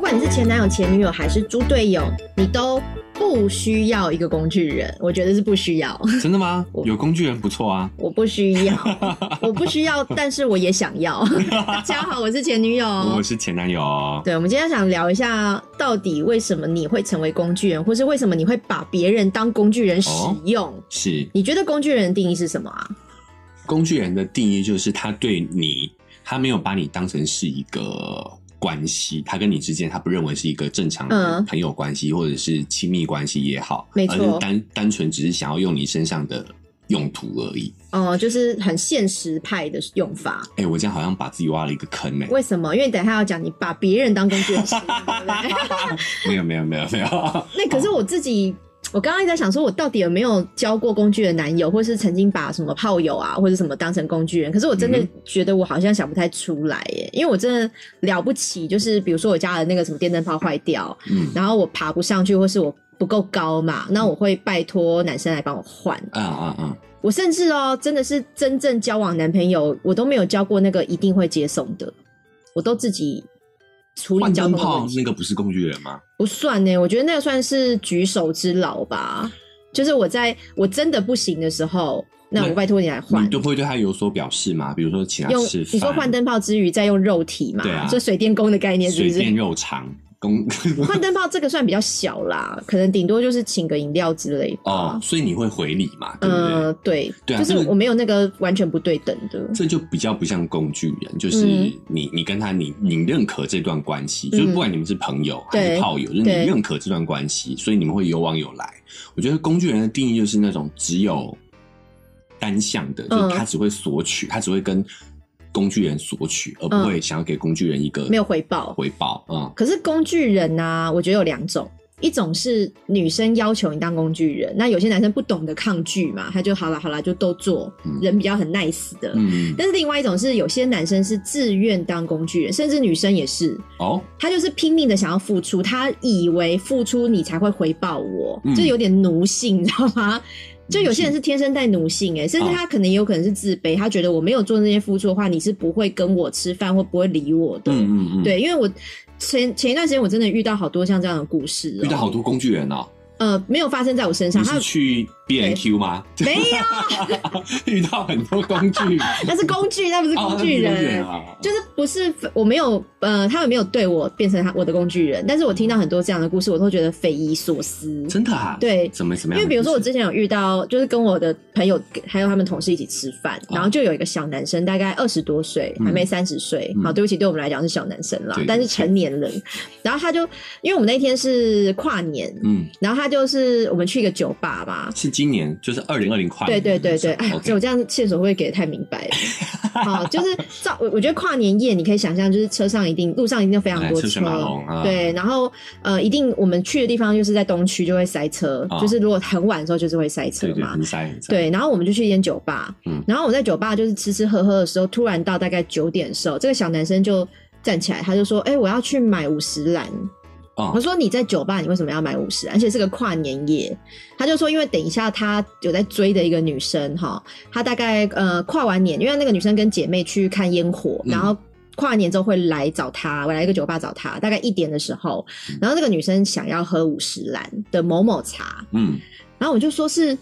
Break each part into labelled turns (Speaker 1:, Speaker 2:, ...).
Speaker 1: 管你是前男友、前女友还是猪队友，你都不需要一个工具人。我觉得是不需 要，
Speaker 2: 真的吗
Speaker 1: 我？
Speaker 2: 有工具人不错啊。
Speaker 1: 我不需 要，我不需要，但是我也想要。大家好，我是前女友。
Speaker 2: 我是前男友，
Speaker 1: 对，我们今天想聊一下，到底为什么你会成为工具人，或是为什么你会把别人当工具人使
Speaker 2: 哦
Speaker 1: 用？
Speaker 2: 是
Speaker 1: 你觉得工具人的定义是什么啊？
Speaker 2: 工具人的定义就是他对你，他没有把你当成是一个关系，他跟你之间他不认为是一个正常的
Speaker 1: 嗯
Speaker 2: 朋友关系、或者是亲密关系也好，
Speaker 1: 没错
Speaker 2: 而是单单纯只是想要用你身上的用途而已。
Speaker 1: 哦、就是很现实派的用法。
Speaker 2: 哎、我这样好像把自己挖了一个坑欸呢、
Speaker 1: 为什么？因为等一下要讲你把别人当工具人使用，对不对？
Speaker 2: 没有没有没有没 有，
Speaker 1: 那可是我自己，我刚刚一直在想，说我到底有没有交过工具人男友，或是曾经把什么炮友啊，或者什么当成工具人？可是我真的
Speaker 2: 嗯
Speaker 1: 觉得我好像想不太出来耶，因为我真的了不起，就是比如说我家的那个什么电灯泡坏掉，
Speaker 2: 嗯
Speaker 1: 然后我爬不上去，或是我不够高嘛，那我会拜托男生来帮我换。
Speaker 2: 啊啊啊，
Speaker 1: 我甚至哦，真的是真正交往男朋友，我都没有交过那个一定会接送的，我都自己处理
Speaker 2: 换
Speaker 1: 交
Speaker 2: 灯
Speaker 1: 通的
Speaker 2: 泡
Speaker 1: 问题。
Speaker 2: 那个不是工具人吗？
Speaker 1: 不算呢、欸我觉得那个算是举手之劳吧。就是我在我真的不行的时候，那
Speaker 2: 那
Speaker 1: 我拜托你来换
Speaker 2: 你。就不会对他有所表示吗？比如说请他
Speaker 1: 用
Speaker 2: 吃饭，啊
Speaker 1: 你说换灯泡之余再用肉体嘛，
Speaker 2: 对啊
Speaker 1: 就水电工的概念是不
Speaker 2: 水电
Speaker 1: 是？
Speaker 2: 肉肠工
Speaker 1: 换灯泡这个算比较小啦，可能顶多就是请个饮料之类的。
Speaker 2: 哦，，所以你会回礼嘛，对不对？
Speaker 1: 嗯，对，
Speaker 2: 对啊
Speaker 1: 就是
Speaker 2: 这个
Speaker 1: 我没有那个完全不对等的。
Speaker 2: 这就比较不像工具人，就是
Speaker 1: 嗯
Speaker 2: 你、你跟他你你认可这段关系，就是不管你们是朋友还
Speaker 1: 对
Speaker 2: 是炮友，就是你
Speaker 1: 对
Speaker 2: 认可这段关系，所以你们会有往有来。我觉得工具人的定义就是那种只有单向
Speaker 1: 嗯
Speaker 2: 的，就是他只会索取，他只会跟工具人索取，而不会想要给工具人一个
Speaker 1: 嗯没有回报
Speaker 2: 回报啊、
Speaker 1: 可是工具人啊，我觉得有两种，一种是女生要求你当工具人，那有些男生不懂得抗拒嘛，他就好了好了就都做，
Speaker 2: 嗯
Speaker 1: 人比较很 nice 的。
Speaker 2: 嗯，嗯
Speaker 1: 但是另外一种是，有些男生是自愿当工具人，甚至女生也是，
Speaker 2: 哦，
Speaker 1: 他就是拼命的想要付出，他以为付出你才会回报我，
Speaker 2: 嗯
Speaker 1: 这有点奴性，你知道吗？就有些人是天生带奴性、欸，哎，甚至
Speaker 2: 哦
Speaker 1: 他可能也有可能是自卑，他觉得我没有做那些付出的话，你是不会跟我吃饭或不会理我的。
Speaker 2: 嗯嗯嗯，，
Speaker 1: 对，因为我前前一段时间我真的遇到好多像这样的故事、哦，
Speaker 2: 遇到好多工具人哦。
Speaker 1: 呃没有发生在我身上，
Speaker 2: 你
Speaker 1: 他
Speaker 2: 是去 B N Q 吗？
Speaker 1: 没有，
Speaker 2: 遇到很多工 具人，
Speaker 1: 那是工具，那不是
Speaker 2: 哦
Speaker 1: 工
Speaker 2: 那
Speaker 1: 具
Speaker 2: 是
Speaker 1: 人，
Speaker 2: 啊，
Speaker 1: 就是不是我没有呃，他们没有对我变成他我的工具人，但是我听到很多这样的故事，我都觉得匪夷所思。
Speaker 2: 真的啊，
Speaker 1: 对
Speaker 2: 怎么怎么
Speaker 1: 因
Speaker 2: 样的故
Speaker 1: 为比
Speaker 2: 事？
Speaker 1: 如说我之前有遇到，就是跟我的朋友还有他们同事一起吃饭，
Speaker 2: 哦
Speaker 1: 然后就有一个小男生，大概二十多岁，
Speaker 2: 嗯
Speaker 1: 还没三十岁。
Speaker 2: 嗯
Speaker 1: 好，对不起，对我们来讲是小男生啦
Speaker 2: 对，
Speaker 1: 但是成年人。然后他就因为我们那天是跨年，
Speaker 2: 嗯，
Speaker 1: 然后他就是我们去一个酒吧嘛，
Speaker 2: 是今年，就是二零二零跨
Speaker 1: 对
Speaker 2: 年
Speaker 1: 对对
Speaker 2: 的
Speaker 1: 对，
Speaker 2: 那种
Speaker 1: 哎，所以
Speaker 2: OK，
Speaker 1: 我这样线索会不会给的太明 白了？好，就是照我我觉得跨年夜你可以想象，就是车上一定路上一定非常
Speaker 2: 哎
Speaker 1: 多
Speaker 2: 车水马龙啊
Speaker 1: 对，然后呃，一定我们去的地方就是在东区就会塞车，
Speaker 2: 啊
Speaker 1: 就是如果很晚的时候就是会塞车
Speaker 2: 对对，
Speaker 1: 嘛。
Speaker 2: 很塞很塞。，
Speaker 1: 对，然后我们就去一间酒吧，
Speaker 2: 嗯
Speaker 1: 然后我在酒吧就是吃吃喝喝的时候，突然到大概九点的时候，这个小男生就站起来，他就说：“哎、我要去买五十兰。”我
Speaker 2: 哦，
Speaker 1: 说你在酒吧，你为什么要买五十？而且是个跨年夜。他就说，因为等一下他有在追的一个女生哈，她大概呃跨完年，因为那个女生跟姐妹去看烟火，
Speaker 2: 嗯
Speaker 1: 然后。跨完年之后会来找他，我来一个酒吧找他，大概一点的时候
Speaker 2: 嗯，
Speaker 1: 然后那个女生想要喝五十兰的某某茶，
Speaker 2: 嗯，
Speaker 1: 然后我就说是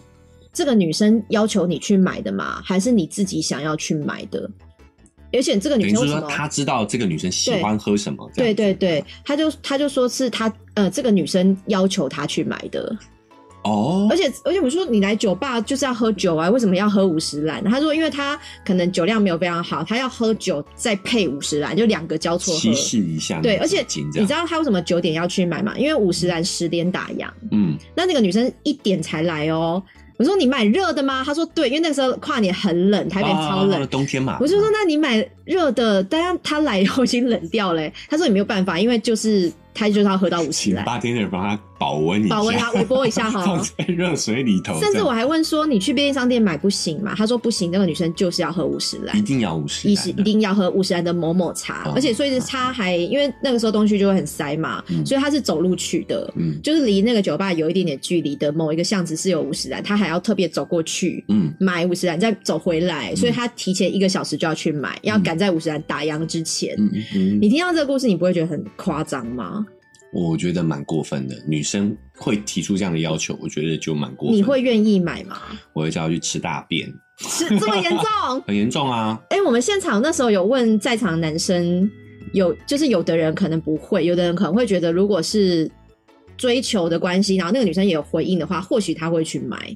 Speaker 1: 这个女生要求你去买的吗？还是你自己想要去买的？而且这个
Speaker 2: 等
Speaker 1: 女
Speaker 2: 于
Speaker 1: 生
Speaker 2: 是
Speaker 1: 为什么
Speaker 2: 说他知道这个女生喜欢喝什么，这
Speaker 1: 对
Speaker 2: 样
Speaker 1: 对对，他就他就说是他呃，这个女生要求他去买的，
Speaker 2: 哦
Speaker 1: 而，且而且我说你来酒吧就是要喝酒啊，为什么要喝五十兰？他说因为他可能酒量没有非常好，他要喝酒再配五十兰，就两个交错喝
Speaker 2: 稀。释一下那
Speaker 1: 对，
Speaker 2: 个
Speaker 1: 而且
Speaker 2: 酒精这
Speaker 1: 你
Speaker 2: 样，
Speaker 1: 知道他为什么九点要去买吗？因为五十兰十点打烊，
Speaker 2: 嗯，
Speaker 1: 那那个女生一点才来哦。我说你买热的吗？他说对，因为那个时候跨年很冷，台北超冷
Speaker 2: 啊，冬天嘛，
Speaker 1: 我就说，那你买热的，但他来以后已经冷掉嘞、他说也没有办法，因为就是他就是要喝到五十
Speaker 2: 请
Speaker 1: 来
Speaker 2: 八天的人帮他保温一下，
Speaker 1: 保温啊，微波一下
Speaker 2: 放
Speaker 1: 哈。
Speaker 2: 在热水里头，
Speaker 1: 甚
Speaker 2: 这
Speaker 1: 至
Speaker 2: 样
Speaker 1: 我还问说，你去便利商店买不行吗？他说不行，那个女生就是要喝五十来
Speaker 2: 一。定要五十，
Speaker 1: 一是一定要喝五十来的某某茶，
Speaker 2: 哦
Speaker 1: 而且所以是他还因为那个时候东区就会很塞嘛，
Speaker 2: 嗯
Speaker 1: 所以他是走路去的，
Speaker 2: 嗯
Speaker 1: 就是离那个酒吧有一点点距离的某一个巷子是有五十来，他还要特别走过去，
Speaker 2: 嗯，
Speaker 1: 买五十兰再走回来，所以他提前一个小时就要去买，要赶在五十兰打烊之前。
Speaker 2: 嗯嗯嗯嗯，
Speaker 1: 你听到这个故事，你不会觉得很夸张吗？
Speaker 2: 我觉得蛮过分的。女生会提出这样的要求，我觉得就蛮过分。
Speaker 1: 你会？愿意买吗？
Speaker 2: 我会叫她去吃大便，
Speaker 1: 是这么严 重？
Speaker 2: 很严重啊。
Speaker 1: 哎、我们现场那时候有问在场男生，有就是有的人可能不会，有的人可能会觉得，如果是追求的关系，然后那个女生也有回应的话，或许他会去买。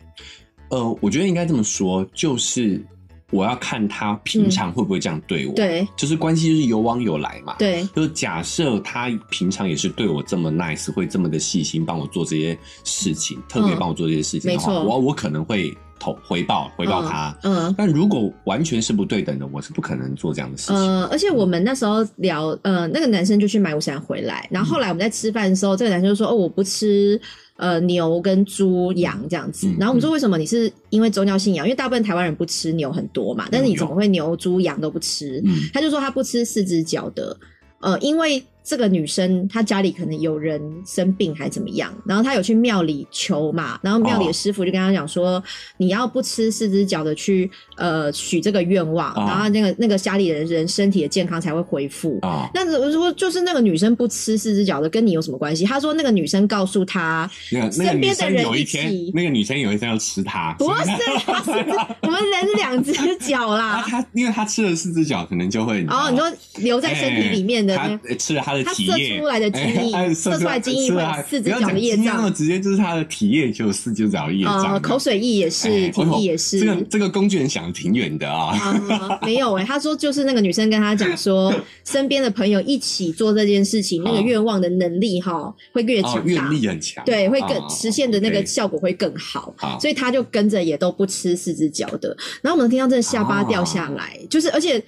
Speaker 2: 呃，我觉得应该这么说，就是我要看她平常会不会这样对我。，
Speaker 1: 嗯对
Speaker 2: 就是关系就是有往有来嘛。
Speaker 1: 对，
Speaker 2: 就假设他平常也是对我这么 nice，会这么的细心帮我做这些事情，特别帮我做这些事情的话，
Speaker 1: 嗯没错
Speaker 2: 我我可能会投回报回报他。
Speaker 1: 嗯。
Speaker 2: 但如果完全是不对等的，我是不可能做这样的事情。
Speaker 1: 呃，而且我们那时候聊，呃，那个男生就去买五香回来，然后后来我们在吃饭的时候，这个男生就说：“哦，我不吃呃牛跟猪羊这样子。
Speaker 2: 嗯
Speaker 1: 然后我们说：“为什么你是因为宗教信仰？因为大部分台湾人不吃牛很多嘛，但是你怎么会牛、猪、羊都不吃？”
Speaker 2: 嗯，
Speaker 1: 他就说他不吃四只脚的，呃，因为这个女生她家里可能有人生病还怎么样，然后她有去庙里求嘛，然后庙里的
Speaker 2: 哦
Speaker 1: 师傅就跟她讲说，你要不吃四只脚的去呃许这个愿望，
Speaker 2: 哦
Speaker 1: 然后那个那个家里人人身体的健康才会恢复。
Speaker 2: 啊、
Speaker 1: 那我说就是那个女生不吃四只脚的，跟你有什么关系？她说那个女生告诉她，
Speaker 2: 那个那个
Speaker 1: 身
Speaker 2: 女
Speaker 1: 边的
Speaker 2: 生
Speaker 1: 人
Speaker 2: 有
Speaker 1: 一
Speaker 2: 一
Speaker 1: 起
Speaker 2: 天，那个女生有一天要吃他，
Speaker 1: 不
Speaker 2: 所以
Speaker 1: 是啊
Speaker 2: 她
Speaker 1: 啦，四只我们人是两只脚
Speaker 2: 啊，
Speaker 1: 啦。
Speaker 2: 他因为他吃了四只脚，可能就会
Speaker 1: 然哦后你说留在身体里面的那
Speaker 2: 哎他吃了他的
Speaker 1: 他
Speaker 2: 体
Speaker 1: 射
Speaker 2: 液
Speaker 1: 出来的精液
Speaker 2: 哎哎
Speaker 1: 射出来精液
Speaker 2: 吃
Speaker 1: 会
Speaker 2: 了他
Speaker 1: 有四只
Speaker 2: 啊不要
Speaker 1: 脚的
Speaker 2: 讲
Speaker 1: 业
Speaker 2: 精
Speaker 1: 障
Speaker 2: 液直接就是他的体液就有四只脚的业障
Speaker 1: 呃，
Speaker 2: 了，
Speaker 1: 口水液也是，
Speaker 2: 哎
Speaker 1: 体
Speaker 2: 为什么
Speaker 1: 液也是。
Speaker 2: 这个这个工具人想得挺远的啊。
Speaker 1: 啊，没有哎、他说就是那个女生跟他讲说，身边的朋友一起做这件事情，那个
Speaker 2: 哦
Speaker 1: 愿望的能力哈会越
Speaker 2: 哦
Speaker 1: 强，
Speaker 2: 愿
Speaker 1: 大，
Speaker 2: 力很强，
Speaker 1: 对，会更
Speaker 2: 哦
Speaker 1: 实现的那个
Speaker 2: OK
Speaker 1: 效果会更好，
Speaker 2: 好
Speaker 1: 所以他就跟着也都不吃四只脚的。然后我们听到真的下巴
Speaker 2: 哦
Speaker 1: 掉下来，就是而且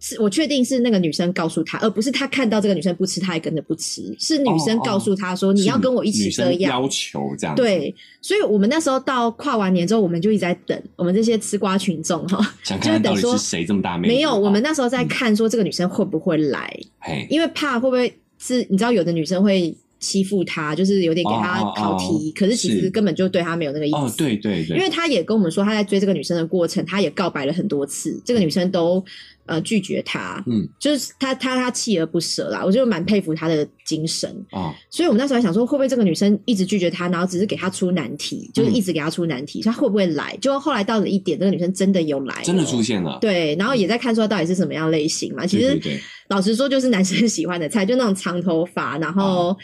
Speaker 1: 是我确定是那个女生告诉他，而不是他看到这个女生不吃，他也跟着不吃，是女生
Speaker 2: 哦
Speaker 1: 告诉他说、你要跟我一
Speaker 2: 是
Speaker 1: 起
Speaker 2: 女
Speaker 1: 这
Speaker 2: 生
Speaker 1: 样，
Speaker 2: 要求这样子，
Speaker 1: 对，所以我们那时候到跨完年之后，我们就一直在等我们这些吃瓜群众哈，
Speaker 2: 想
Speaker 1: 就
Speaker 2: 看看
Speaker 1: 等
Speaker 2: 到底
Speaker 1: 说
Speaker 2: 是谁这么大魅力？
Speaker 1: 没有，我们
Speaker 2: 哦
Speaker 1: 那时候在看说这个女生会不会来，
Speaker 2: 嘿，
Speaker 1: 因为怕会不会是你知道有的女生会欺负她，就是有点给她
Speaker 2: 哦哦哦
Speaker 1: 考题，可是其实
Speaker 2: 是
Speaker 1: 根本就对她没有那个意思。
Speaker 2: 哦，对对对，
Speaker 1: 因为他也跟我们说，他在追这个女生的过程，他也告白了很多次，这个女生都呃拒绝他，
Speaker 2: 嗯，
Speaker 1: 就是他他他锲而不舍啦，我就蛮佩服他的精神。
Speaker 2: 哦，
Speaker 1: 所以我们那时候还想说，会不会这个女生一直拒绝他，然后只是给他出难题，就是
Speaker 2: 嗯
Speaker 1: 一直给他出难题，她会不会来？就后来到了一点，这个女生真的有来，
Speaker 2: 真的出。现了，
Speaker 1: 对，然后也在看说她到底是什么样类型嘛。其
Speaker 2: 对
Speaker 1: 实
Speaker 2: 对对，
Speaker 1: 老实说，就是男生喜欢的菜，就那种长头发，然后、
Speaker 2: 哦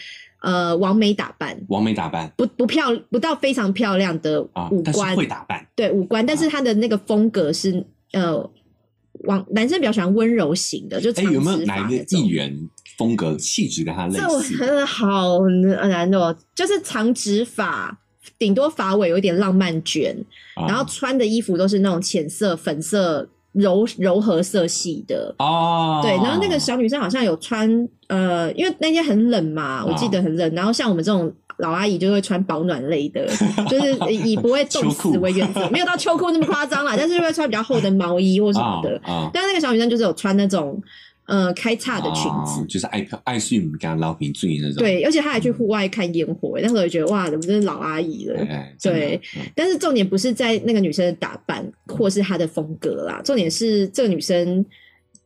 Speaker 1: 呃完美打扮，
Speaker 2: 完美打扮
Speaker 1: 不不漂不到非常漂亮的
Speaker 2: 啊
Speaker 1: 五，
Speaker 2: 但是
Speaker 1: 官，
Speaker 2: 会打扮
Speaker 1: 对五官，但
Speaker 2: 啊
Speaker 1: 是他的那个风格是呃，往男生比较喜欢温柔型的，就
Speaker 2: 哎，
Speaker 1: 长
Speaker 2: 有没有
Speaker 1: 直
Speaker 2: 哪
Speaker 1: 发
Speaker 2: 一
Speaker 1: 那
Speaker 2: 个
Speaker 1: 种
Speaker 2: 艺人风格气质跟他类
Speaker 1: 这我
Speaker 2: 似
Speaker 1: 真
Speaker 2: 的？
Speaker 1: 的好难哦，就是长直发，顶多发尾有一点浪漫卷，
Speaker 2: 啊
Speaker 1: 然后穿的衣服都是那种浅色、粉色、柔柔和色系的。
Speaker 2: 哦，
Speaker 1: 对，然后那个小女生好像有穿，呃，因为那天很冷
Speaker 2: 哦
Speaker 1: 嘛，我记得很冷。然后像我们这种老阿姨就会穿保暖类 的，就是以不会冻死
Speaker 2: 秋裤
Speaker 1: 为原则，没有到秋裤那么夸 张啦，但是会穿比较厚的毛衣或什么
Speaker 2: 啊
Speaker 1: 的。
Speaker 2: 啊。
Speaker 1: 但是那个小女生就是有穿那种，呃，开叉的裙子
Speaker 2: 啊，就是爱漂爱睡们跟老民注意那种。
Speaker 1: 对，而且她还去户外看烟火，那时候也觉得哇，我们真是老阿姨了
Speaker 2: 哎，。哎真的
Speaker 1: 对
Speaker 2: 嗯
Speaker 1: 但是重点不是在那个女生的打扮或是她的风格啦，重点是这个女生，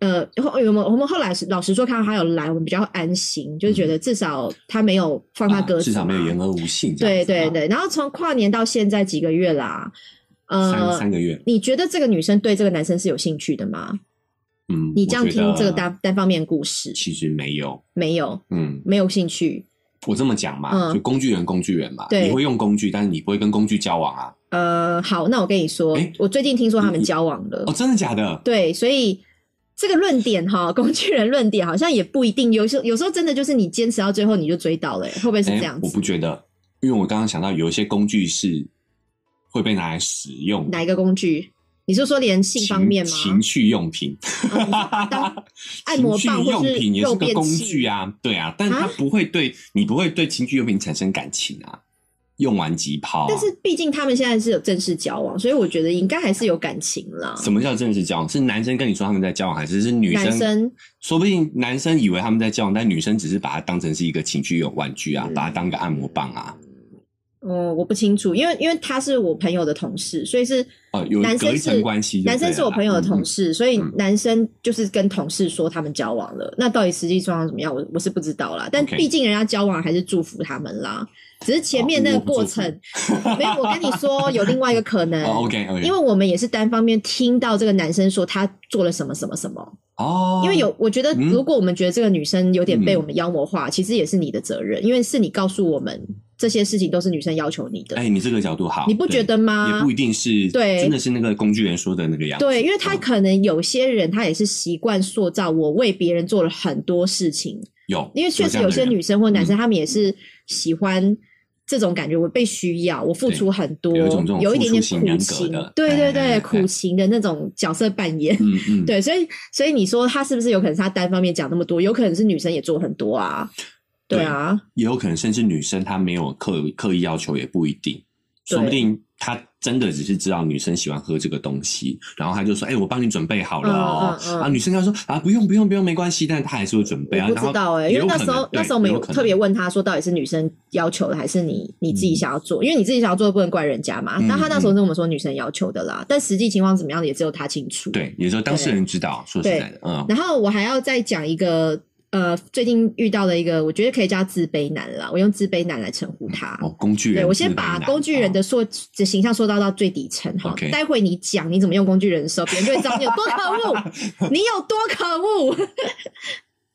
Speaker 1: 呃，后我们我们后来是老实说，看到她有来，我们比较安心，就是觉得至少她没有放她
Speaker 2: 啊
Speaker 1: 鸽子
Speaker 2: 至
Speaker 1: 嘛、
Speaker 2: 少没有言而无信这
Speaker 1: 对
Speaker 2: 样子啊。
Speaker 1: 对对，然后从跨年到现在几个月啦，
Speaker 2: 三
Speaker 1: 呃，
Speaker 2: 三个月，
Speaker 1: 你觉得这个女生对这个男生是有兴趣的吗？
Speaker 2: 嗯，
Speaker 1: 你
Speaker 2: 我
Speaker 1: 这样
Speaker 2: 觉
Speaker 1: 听
Speaker 2: 得啊
Speaker 1: 这个单单方面的故事，
Speaker 2: 其实没有，
Speaker 1: 没有
Speaker 2: 嗯，
Speaker 1: 没有兴趣，
Speaker 2: 我这么讲嘛，
Speaker 1: 嗯
Speaker 2: 就工具人，工具人嘛，
Speaker 1: 对
Speaker 2: 你会用工具，但是你不会跟工具交往啊。
Speaker 1: 呃，好，那我跟你说，
Speaker 2: 诶
Speaker 1: 我最近听说他们交往了
Speaker 2: 哦，。真的假的？
Speaker 1: 对，所以这个论点哈， 工具人论点好像也不一定，有时候有时候真的就是你坚持到最后你就追到了、会不会是
Speaker 2: 哎
Speaker 1: 这样
Speaker 2: 我
Speaker 1: 子？
Speaker 2: 不觉得，因为我刚刚想到有一些工具是会被拿来使用的，
Speaker 1: 哪一个工具？你是说连性
Speaker 2: 情
Speaker 1: 方面吗？
Speaker 2: 情趣用品，
Speaker 1: 嗯 当按摩棒
Speaker 2: 情
Speaker 1: 或
Speaker 2: 趣用
Speaker 1: 是
Speaker 2: 品也
Speaker 1: 肉
Speaker 2: 是个
Speaker 1: 便
Speaker 2: 工
Speaker 1: 器
Speaker 2: 具啊，对啊，但它
Speaker 1: 啊
Speaker 2: 不会对你不会对情趣用品产生感情啊，用完即抛、啊。
Speaker 1: 但是毕竟他们现在是有正式交往，所以我觉得应该还是有感情啦。
Speaker 2: 什么叫正式交往？是男生跟你说他们在交往，还是是女
Speaker 1: 男生
Speaker 2: 说不定男生以为他们在交往，但女生只是把它当成是一个情趣用玩具啊，把它当个按摩棒啊。
Speaker 1: 嗯，我不清楚，因为因为他是我朋友的同事，所以是
Speaker 2: 哦有
Speaker 1: 男
Speaker 2: 隔
Speaker 1: 生
Speaker 2: 一层
Speaker 1: 是
Speaker 2: 关系就对了啦，
Speaker 1: 男生是我朋友的同
Speaker 2: 事，
Speaker 1: 事，所以
Speaker 2: 嗯
Speaker 1: 男生就是跟同事说他们交往了。那到底实际状况怎么样，我我是不知道啦。但
Speaker 2: OK
Speaker 1: 毕竟人家交往还是祝福他们啦，只是前面
Speaker 2: 哦
Speaker 1: 那个
Speaker 2: 我不祝
Speaker 1: 过
Speaker 2: 福
Speaker 1: 程、没有。我跟你 说，有另外一个可能，
Speaker 2: 哦 OK OK，
Speaker 1: 因为我们也是单方面听到这个男生说他做了什么什么什么。
Speaker 2: 哦，
Speaker 1: 因为有，我觉得
Speaker 2: 嗯
Speaker 1: 如果我们觉得这个女生有点被
Speaker 2: 嗯
Speaker 1: 我们妖魔化，其实也是你的责任，因为是你告诉我们这些事情都是女生要求你的，
Speaker 2: 哎，你这个角度好，
Speaker 1: 你不觉
Speaker 2: 对
Speaker 1: 得吗？
Speaker 2: 也不一定是
Speaker 1: 对
Speaker 2: 真的是那个工具人说的那个样子，
Speaker 1: 对，因为他
Speaker 2: 嗯
Speaker 1: 可能有些人，他也是习惯塑造我为别人做了很多事情，
Speaker 2: 有，
Speaker 1: 因为确实有
Speaker 2: 这
Speaker 1: 些
Speaker 2: 样的嗯人
Speaker 1: 女生或男生，他们也是喜欢这种感觉，我被需要，我付出很多，
Speaker 2: 有一种这种
Speaker 1: 一点点
Speaker 2: 付出型人
Speaker 1: 苦
Speaker 2: 格
Speaker 1: 情
Speaker 2: 的，
Speaker 1: 对对
Speaker 2: 哎哎
Speaker 1: 对，
Speaker 2: 哎
Speaker 1: 苦情的那种角色扮演。
Speaker 2: 嗯嗯，
Speaker 1: 对，所以所以你说他是不是有可能是他单方面讲那么多，有可能是女生也做很多啊？对
Speaker 2: 对
Speaker 1: 啊，
Speaker 2: 也有可能甚至女生她没有刻刻意要求，也不一定，
Speaker 1: 对
Speaker 2: 说不定她真的只是知道女生喜欢喝这个东西，然后她就说：“哎、我帮你准备好了哦。
Speaker 1: 嗯嗯嗯
Speaker 2: 啊，女生就说：“啊，不用不用不用，没关系。”但她还是会准备啊。
Speaker 1: 我不知道哎、
Speaker 2: 哎、
Speaker 1: 因为那时候
Speaker 2: 对
Speaker 1: 那时候我们
Speaker 2: 有
Speaker 1: 有
Speaker 2: 可能
Speaker 1: 特别问他说，到底是女生要求的，还是你你自己想要做？因为你自己想要做，不能怪人家嘛。
Speaker 2: 嗯
Speaker 1: 那他那时候跟我们说女生要求的啦，但实际情况怎么样的，也只有他清楚。。
Speaker 2: 对，也就是当事人知道。说实在的，嗯，
Speaker 1: 然后我还要再讲一个呃，最近遇到的一个，我觉得可以叫自卑男啦，我用自卑男来称呼他。
Speaker 2: 哦，工具人，
Speaker 1: 对，我先
Speaker 2: 自卑
Speaker 1: 把
Speaker 2: 男
Speaker 1: 工具人
Speaker 2: 哦
Speaker 1: 的塑的形象塑造到最底层哈。
Speaker 2: OK
Speaker 1: 待会你讲你怎么用工具人的时候，别人就会知道你有多 可恶，你有多可恶。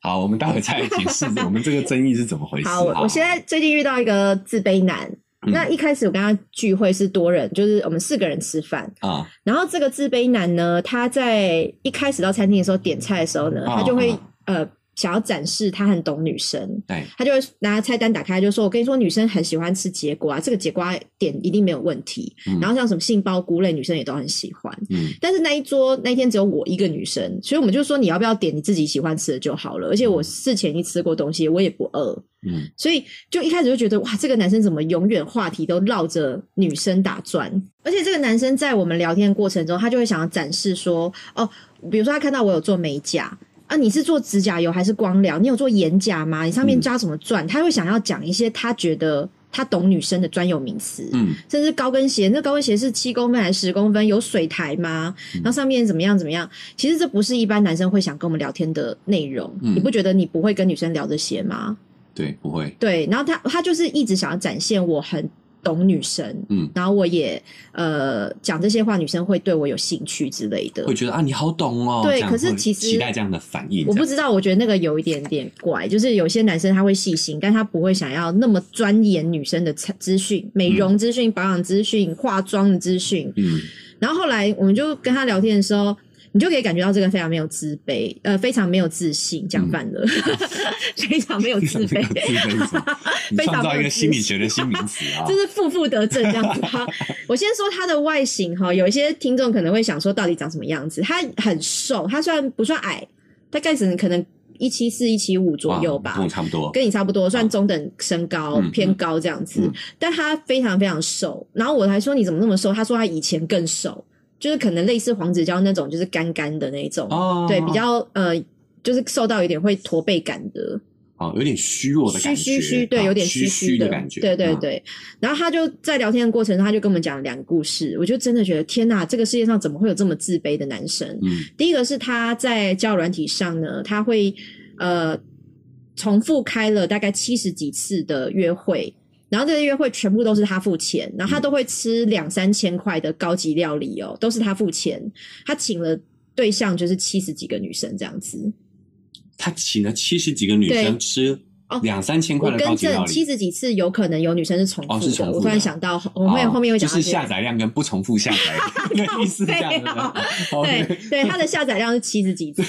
Speaker 2: 好，我们待会再来解 释我们这个争议是怎么回事。啊
Speaker 1: 好，我我现在最近遇到一个自卑男。
Speaker 2: 嗯
Speaker 1: 那一开始我跟他聚会是多人，就是我们四个人吃饭。
Speaker 2: 啊，
Speaker 1: 然后这个自卑男呢，他在一开始到餐厅的时候点菜的时候呢，
Speaker 2: 哦
Speaker 1: 他就会
Speaker 2: 哦
Speaker 1: 呃想要展示他很懂女生，
Speaker 2: 对，
Speaker 1: 他就会拿菜单打开就说：“我跟你说，女生很喜欢吃节瓜，这个节瓜点一定没有问题。
Speaker 2: 嗯
Speaker 1: 然后像什么杏鲍菇类，女生也都很喜欢。
Speaker 2: 嗯，
Speaker 1: 但是那一桌那一天只有我一个女生，所以我们就说你要不要点你自己喜欢吃的就好了。而且我事前已经吃过东西，我也不饿。
Speaker 2: 嗯，
Speaker 1: 所以就一开始就觉得哇，这个男生怎么永远话题都绕着女生打转？而且这个男生在我们聊天的过程中，他就会想要展示说，哦，比如说他看到我有做美甲。啊，你是做指甲油还是光疗？你有做眼甲吗？你上面
Speaker 2: 嗯
Speaker 1: 加什么钻？他会想要讲一些他觉得他懂女生的专有名词，
Speaker 2: 嗯，
Speaker 1: 甚至高跟鞋。那高跟鞋是七公分还是十公分？有水苔吗？然
Speaker 2: 嗯
Speaker 1: 后上面怎么样怎么样？其实这不是一般男生会想跟我们聊天的内容。
Speaker 2: 嗯
Speaker 1: 你不觉得你不会跟女生聊这些吗？
Speaker 2: 对，不会，
Speaker 1: 对，然后他他就是一直想要展现我很懂女生，
Speaker 2: 嗯，
Speaker 1: 然后我也呃讲这些话，女生会对我有兴趣之类的
Speaker 2: 会。觉得啊，你好懂哦。
Speaker 1: 对
Speaker 2: 这样
Speaker 1: 可是
Speaker 2: 会
Speaker 1: 其实
Speaker 2: 期待这样的反应。
Speaker 1: 我不
Speaker 2: 这样
Speaker 1: 知道，我觉得那个有一点点怪，就是有些男生他会细心，但他不会想要那么钻研女生的资资讯、美容资讯、保养资讯、化妆的资讯。
Speaker 2: 嗯，
Speaker 1: 然后后来我们就跟他聊天的时候，你就可以感觉到这个非常没有自卑，呃，非常没有自信，讲反了， 非常没有自
Speaker 2: 嗯非
Speaker 1: 卑
Speaker 2: 常没有自卑是什。 你
Speaker 1: 非常
Speaker 2: 创造
Speaker 1: 没
Speaker 2: 一
Speaker 1: 有
Speaker 2: 个
Speaker 1: 自
Speaker 2: 心理
Speaker 1: 信
Speaker 2: 学的新名词啊
Speaker 1: 就。是负负得正这样子哈。我先说他的外形哈，有一些听众可能会想说，到底长什么样子？他很瘦，他虽然不算矮，大概只能可能一七四、一七五左右
Speaker 2: 跟
Speaker 1: 吧
Speaker 2: 我，差不多。
Speaker 1: 跟你差不多，算中等身高、
Speaker 2: 嗯
Speaker 1: 偏高这样子。
Speaker 2: 嗯
Speaker 1: 但他非常非常瘦，然后我还说你怎么那么瘦？他说他以前更瘦，就是可能类似黄子佼那种，就是干干的那种，
Speaker 2: 哦，
Speaker 1: 对，比较呃，就是瘦到有点会驼背感的。
Speaker 2: 哦，有点虚弱的
Speaker 1: 虚
Speaker 2: 感觉，
Speaker 1: 虚虚，对，
Speaker 2: 啊
Speaker 1: 有点
Speaker 2: 虚
Speaker 1: 虚
Speaker 2: 的
Speaker 1: 的
Speaker 2: 感觉，
Speaker 1: 对对
Speaker 2: 嗯，
Speaker 1: 对。然后他就在聊天的过程中，他就跟我们讲两个故事，我就真的觉得天哪，这个世界上怎么会有这么自卑的男生？
Speaker 2: 嗯
Speaker 1: 第一个是他在交友软体上呢，他会呃重复开了大概七十几次的约会。然后这些约会全部都是他付钱，然后他
Speaker 2: 嗯
Speaker 1: 都会吃两三千块的高级料理哦，都是他付钱。他请了对象就是七十几个女生这样子，
Speaker 2: 他请了七十几个女
Speaker 1: 对
Speaker 2: 生吃
Speaker 1: 哦
Speaker 2: 两三千块
Speaker 1: 我
Speaker 2: 的高
Speaker 1: 更
Speaker 2: 级料
Speaker 1: 正，七
Speaker 2: 理。
Speaker 1: 十几次有可能有女生是重复的。
Speaker 2: 哦是重复的
Speaker 1: 我突然想到，我们会、
Speaker 2: 哦
Speaker 1: 后面会
Speaker 2: 就
Speaker 1: 讲到、这
Speaker 2: 是
Speaker 1: 个哦
Speaker 2: 下载量跟不重复下载 的意思，这样的吗。哦
Speaker 1: 对
Speaker 2: OK 啊
Speaker 1: 对，它的下载量是七十几 次。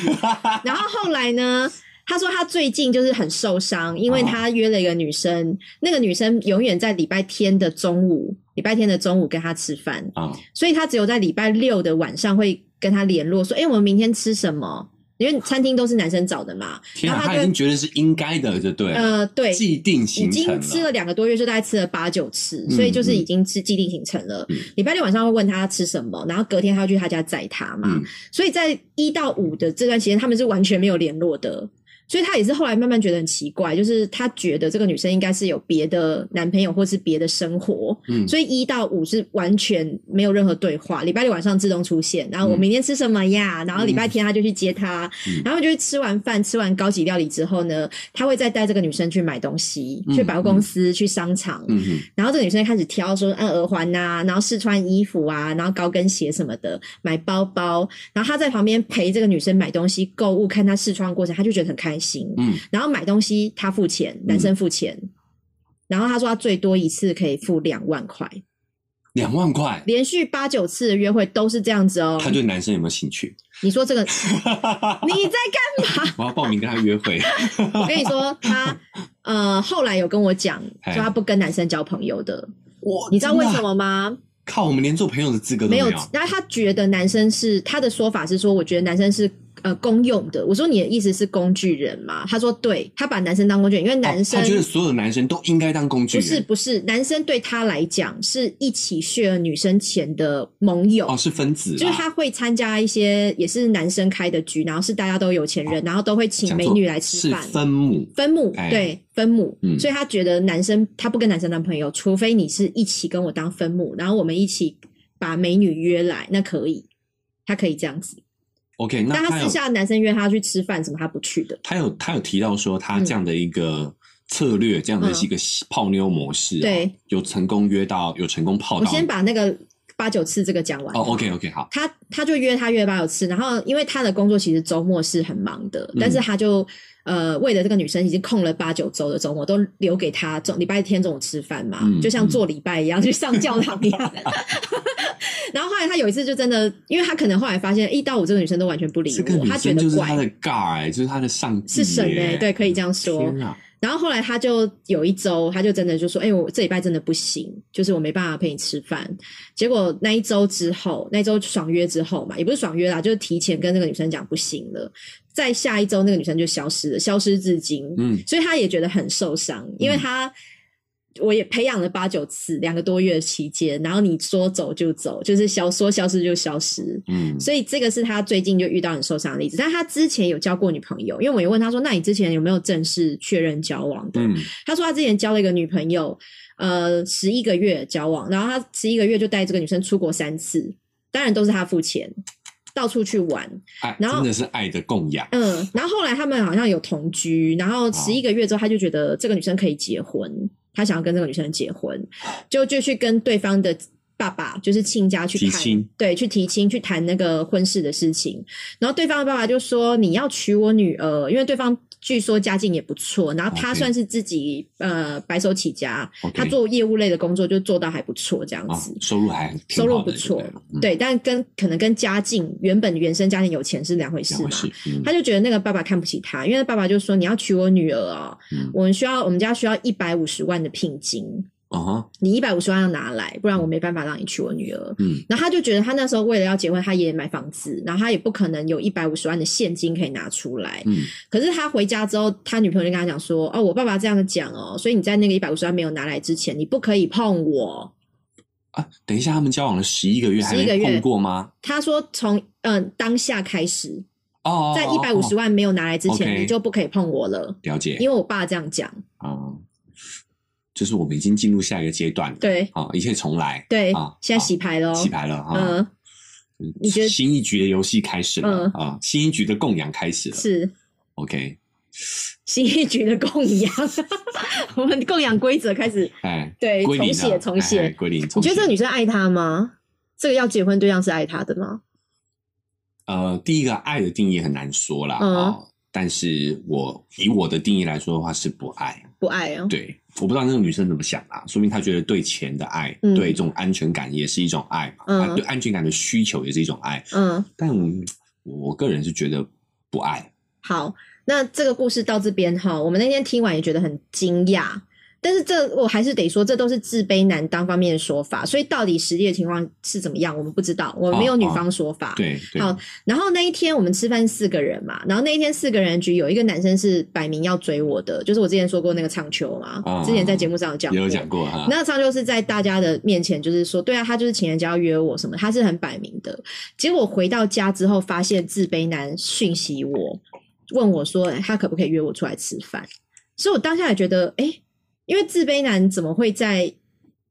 Speaker 1: 然后后来呢，他说他最近就是很受伤，因
Speaker 2: 哦
Speaker 1: 为他约了一个女生，那个女生永远在礼拜天的中午，礼拜天的中午跟他吃饭，
Speaker 2: 啊，
Speaker 1: 所以他只有在礼拜六的晚上会跟他联络，说：“哎、我们明天吃什么？”因为餐厅都是男生找的嘛。
Speaker 2: 天
Speaker 1: 然后
Speaker 2: 啊，
Speaker 1: 他
Speaker 2: 他
Speaker 1: 就
Speaker 2: 已经觉得是应该的，就对了，
Speaker 1: 呃，对，
Speaker 2: 既定
Speaker 1: 已
Speaker 2: 行程
Speaker 1: 经吃
Speaker 2: 了。
Speaker 1: 了两个多月，就大概吃了八九次，
Speaker 2: 嗯
Speaker 1: 所以就是已经吃既定行程了
Speaker 2: 嗯。
Speaker 1: 礼、拜六晚上会问他吃什么，然后隔天他要去他家载他嘛，
Speaker 2: 嗯
Speaker 1: 所以在一到五的这段时间，他们是完全没有联络的。所以她也是后来慢慢觉得很奇怪，就是她觉得这个女生应该是有别的男朋友或是别的生活，
Speaker 2: 嗯
Speaker 1: 所以一到五是完全没有任何对话。礼拜六晚上自动出现，然后我
Speaker 2: 嗯
Speaker 1: 明天吃什么呀？然后礼
Speaker 2: 嗯
Speaker 1: 拜天她就去接她，
Speaker 2: 嗯
Speaker 1: 然后就是吃完饭吃完高级料理之后呢，她会再带这个女生去买东西，
Speaker 2: 嗯
Speaker 1: 去百货公司、去商场，
Speaker 2: 嗯哼，
Speaker 1: 然后这个女生开始挑说，按耳环呐、然后试穿衣服啊，然后高跟鞋什么的，买包包。然后他在旁边陪这个女生买东西、购物，看她试穿过程，他就觉得很开心。
Speaker 2: 嗯
Speaker 1: 然后买东西他付钱，男生付钱。然后他说他最多一次可以付两万块，
Speaker 2: 两万块，
Speaker 1: 连续八九次的约会都是这样子哦
Speaker 2: 他。对男生有没有兴趣？
Speaker 1: 你说 这个你在干嘛？
Speaker 2: 我要报名跟他 约会。
Speaker 1: 我跟你说，他呃后来有跟我讲，
Speaker 2: 哎
Speaker 1: 说他不跟男生交朋友的，
Speaker 2: 我
Speaker 1: 你知道为什？
Speaker 2: 真的
Speaker 1: 么吗？
Speaker 2: 靠，我们连做朋友的资格都
Speaker 1: 没
Speaker 2: 有哦
Speaker 1: 有。，然后他觉得男生是他的说法是说，我觉得男生是呃公用的。我说你的意思是工具人嘛？他说对，他把男生当工具人，因为男生、
Speaker 2: 哦他觉得所有的男生都应该当工具
Speaker 1: 不
Speaker 2: 人，
Speaker 1: 是不是，男生对他来讲是一起 share 女生钱的盟友。
Speaker 2: 哦，是分子啦，
Speaker 1: 就是他会参加一些也是男生开的局，然后是大家都有钱人，然后都会请
Speaker 2: 讲
Speaker 1: 美
Speaker 2: 错
Speaker 1: 女来吃饭
Speaker 2: 哦是。分母，
Speaker 1: 分母、
Speaker 2: 哎
Speaker 1: 对分母，
Speaker 2: 嗯
Speaker 1: 所以他觉得男生他不跟男生当朋友，除非你是一起跟我当分母，然后我们一起把美女约来，那可以，他可以这样子。
Speaker 2: OK，那
Speaker 1: 但
Speaker 2: 他
Speaker 1: 他
Speaker 2: 有
Speaker 1: 私下男生约他去吃饭什么，他不去的。
Speaker 2: 他有他有提到说他这样的一个策略，这样的一个泡妞模式、
Speaker 1: 嗯
Speaker 2: 啊，
Speaker 1: 对，
Speaker 2: 有成功约到，有成功泡
Speaker 1: 我
Speaker 2: 到。
Speaker 1: 先把那个八九次这个讲完。
Speaker 2: 哦，OK OK，好，
Speaker 1: 他他就约他约八九次，然后因为他的工作其实周末是很忙的，但是
Speaker 2: 嗯
Speaker 1: 他就呃为了这个女生已经空了八九周的周末都留给她中礼拜天中午吃饭嘛，
Speaker 2: 嗯
Speaker 1: 就像做礼拜一样、去上教堂一 样。然后后来他有一次就真的，因为他可能后来发现一到五这个女生都完全不理
Speaker 2: 这个
Speaker 1: 我，
Speaker 2: 女
Speaker 1: 他觉
Speaker 2: 生就
Speaker 1: 得
Speaker 2: 是他
Speaker 1: 怪
Speaker 2: 的 guy，、就是他的上帝、
Speaker 1: 是神哎、对，可以这样说。
Speaker 2: 天啊，
Speaker 1: 然后后来他就有一周，他就真的就说：“哎、我这礼拜真的不行，就是我没办法陪你吃饭。”结果那一周之后，那一周爽约之后嘛，也不是爽约啦，就是提前跟那个女生讲不行了。再下一周，那个女生就消失了，消失至今。
Speaker 2: 嗯
Speaker 1: 所以他也觉得很受伤，因为他、我也培养了八九次，两个多月的期间，然后你说走就走，就是消说消失就消失，
Speaker 2: 嗯，
Speaker 1: 所以这个是他最近就遇到很受伤的例子。但他之前有交过女朋友，因为我也问他说：“那你之前有没有正式确认交往的？”
Speaker 2: 嗯
Speaker 1: 他说他之前交了一个女朋友，呃，十一个月交往，然后他十一个月就带这个女生出国三次，当然都是他付钱，到处去玩。
Speaker 2: 爱
Speaker 1: 然后
Speaker 2: 真的是爱的供养，
Speaker 1: 嗯，然后后来他们好像有同居，然后十一个月之后，他就觉得这个女生可以结婚，他想要跟这个女生结婚，就就去跟对方的爸爸，就是亲家去
Speaker 2: 提
Speaker 1: 谈
Speaker 2: 亲，
Speaker 1: 对，去提亲去谈那个婚事的事情。然后对方的爸爸就说：“你要娶我女儿，因为对方据说家境也不错，然后他
Speaker 2: OK
Speaker 1: 算是自己呃白手起家
Speaker 2: OK
Speaker 1: 他做业务类的工作就做到还不错，这样
Speaker 2: 啊
Speaker 1: 子。，
Speaker 2: 收入还挺
Speaker 1: 收入
Speaker 2: 好
Speaker 1: 不
Speaker 2: 的
Speaker 1: 错，
Speaker 2: 对嗯
Speaker 1: 对，但跟可能跟家境原本原生家庭有钱是两回
Speaker 2: 不对，嗯
Speaker 1: 事
Speaker 2: 两
Speaker 1: 嘛
Speaker 2: 回。事，嗯
Speaker 1: 他就觉得那个爸爸看不起他，因为爸爸就说你要娶我女儿哦，
Speaker 2: 嗯
Speaker 1: 我们需要我们家需要一百五十万的聘金，
Speaker 2: 啊哈，
Speaker 1: 你一百五十万要拿来，不然我没办法让你娶我女儿。
Speaker 2: 嗯
Speaker 1: 然后他就觉得他那时候为了要结婚，他也买房子，然后他也不可能有一百五十万的现金可以拿出来。
Speaker 2: 嗯
Speaker 1: 可是他回家之后，他女朋友就跟他讲说：“哦，我爸爸这样讲哦，所以你在那个一百五十万没有拿来之前，你不可以碰我。
Speaker 2: 啊，等一下，他们交往了十一个月，还
Speaker 1: 11个
Speaker 2: 没
Speaker 1: 月
Speaker 2: 碰过吗？”
Speaker 1: 他说从：“嗯当下开始，
Speaker 2: 哦，
Speaker 1: 在一百五十
Speaker 2: 万，
Speaker 1: 万没有拿来之前，
Speaker 2: OK
Speaker 1: 你就不可以碰我了，
Speaker 2: 了解，
Speaker 1: 因为我爸这样讲。
Speaker 2: 啊、就是我们已经进入下一个阶段了”，
Speaker 1: 对
Speaker 2: 啊、一切重来，
Speaker 1: 对，
Speaker 2: 啊
Speaker 1: 现在洗牌喽。
Speaker 2: 洗牌啊了哈。
Speaker 1: 嗯，你觉得
Speaker 2: 新一局的游戏开始了
Speaker 1: 嗯
Speaker 2: 啊、新一局的供养开始了。
Speaker 1: 是
Speaker 2: OK，
Speaker 1: 新一局的供养， 我们供养规则开始
Speaker 2: 哎，
Speaker 1: 对
Speaker 2: 归零
Speaker 1: 重
Speaker 2: 了
Speaker 1: 写重写。
Speaker 2: 哎哎归零。
Speaker 1: 你
Speaker 2: 重
Speaker 1: 觉得这个
Speaker 2: 写
Speaker 1: 女生爱他吗？这个要结婚对象是爱他的吗？
Speaker 2: 呃，第一个爱的定义很难说啦啊、
Speaker 1: 嗯
Speaker 2: 哦但是我以我的定义来说的话是不爱。
Speaker 1: 不爱哦。
Speaker 2: 对，我不知道那个女生怎么想啊，说明她觉得对钱的爱，
Speaker 1: 嗯
Speaker 2: 对这种安全感也是一种爱嘛，
Speaker 1: 嗯
Speaker 2: 啊对安全感的需求也是一种爱。
Speaker 1: 嗯，
Speaker 2: 但我我个人是觉得不爱。
Speaker 1: 好，那这个故事到这边哈，我们那天听完也觉得很惊讶，但是这我还是得说，这都是自卑男单方面的说法，所以到底实际的情况是怎么样，我们不知道，我们没有
Speaker 2: 哦
Speaker 1: 女
Speaker 2: 哦
Speaker 1: 方说法。
Speaker 2: 对对，
Speaker 1: 好，然后那一天我们吃饭四个人嘛，然后那一天四个人局有一个男生是摆明要追我的，就是我之前说过那个唱秋嘛，
Speaker 2: 哦
Speaker 1: 之前在节目上有讲
Speaker 2: 也
Speaker 1: 过。
Speaker 2: 有讲过哈。
Speaker 1: 那唱秋是在大家的面前，就是说，对啊，他就是情人节要约我什么，他是很摆明的。结果回到家之后，发现自卑男讯息我，问我说、哎他可不可以约我出来吃饭，所以我当下也觉得，哎、因为自卑男怎么会在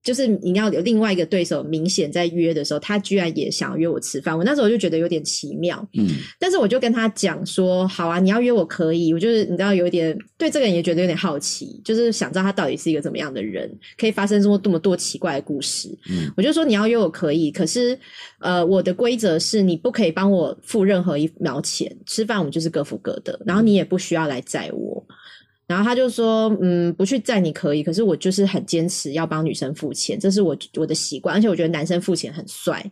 Speaker 1: 就是你要有另外一个对手明显在约的时候，他居然也想约我吃饭，我那时候就觉得有点奇妙。
Speaker 2: 嗯，
Speaker 1: 但是我就跟他讲说，好啊，你要约我可以，我就是你知道有一点对这个人也觉得有点好奇，就是想知道他到底是一个怎么样的人，可以发生这么这么多奇怪的故事。
Speaker 2: 嗯
Speaker 1: 我就说你要约我可以，可是呃，我的规则是你不可以帮我付任何一毛钱，吃饭我们就是各付各的，然后你也不需要来载我。然后他就说，嗯，不去载你可以，可是我就是很坚持要帮女生付钱，这是我我的习惯，而且我觉得男生付钱很帅。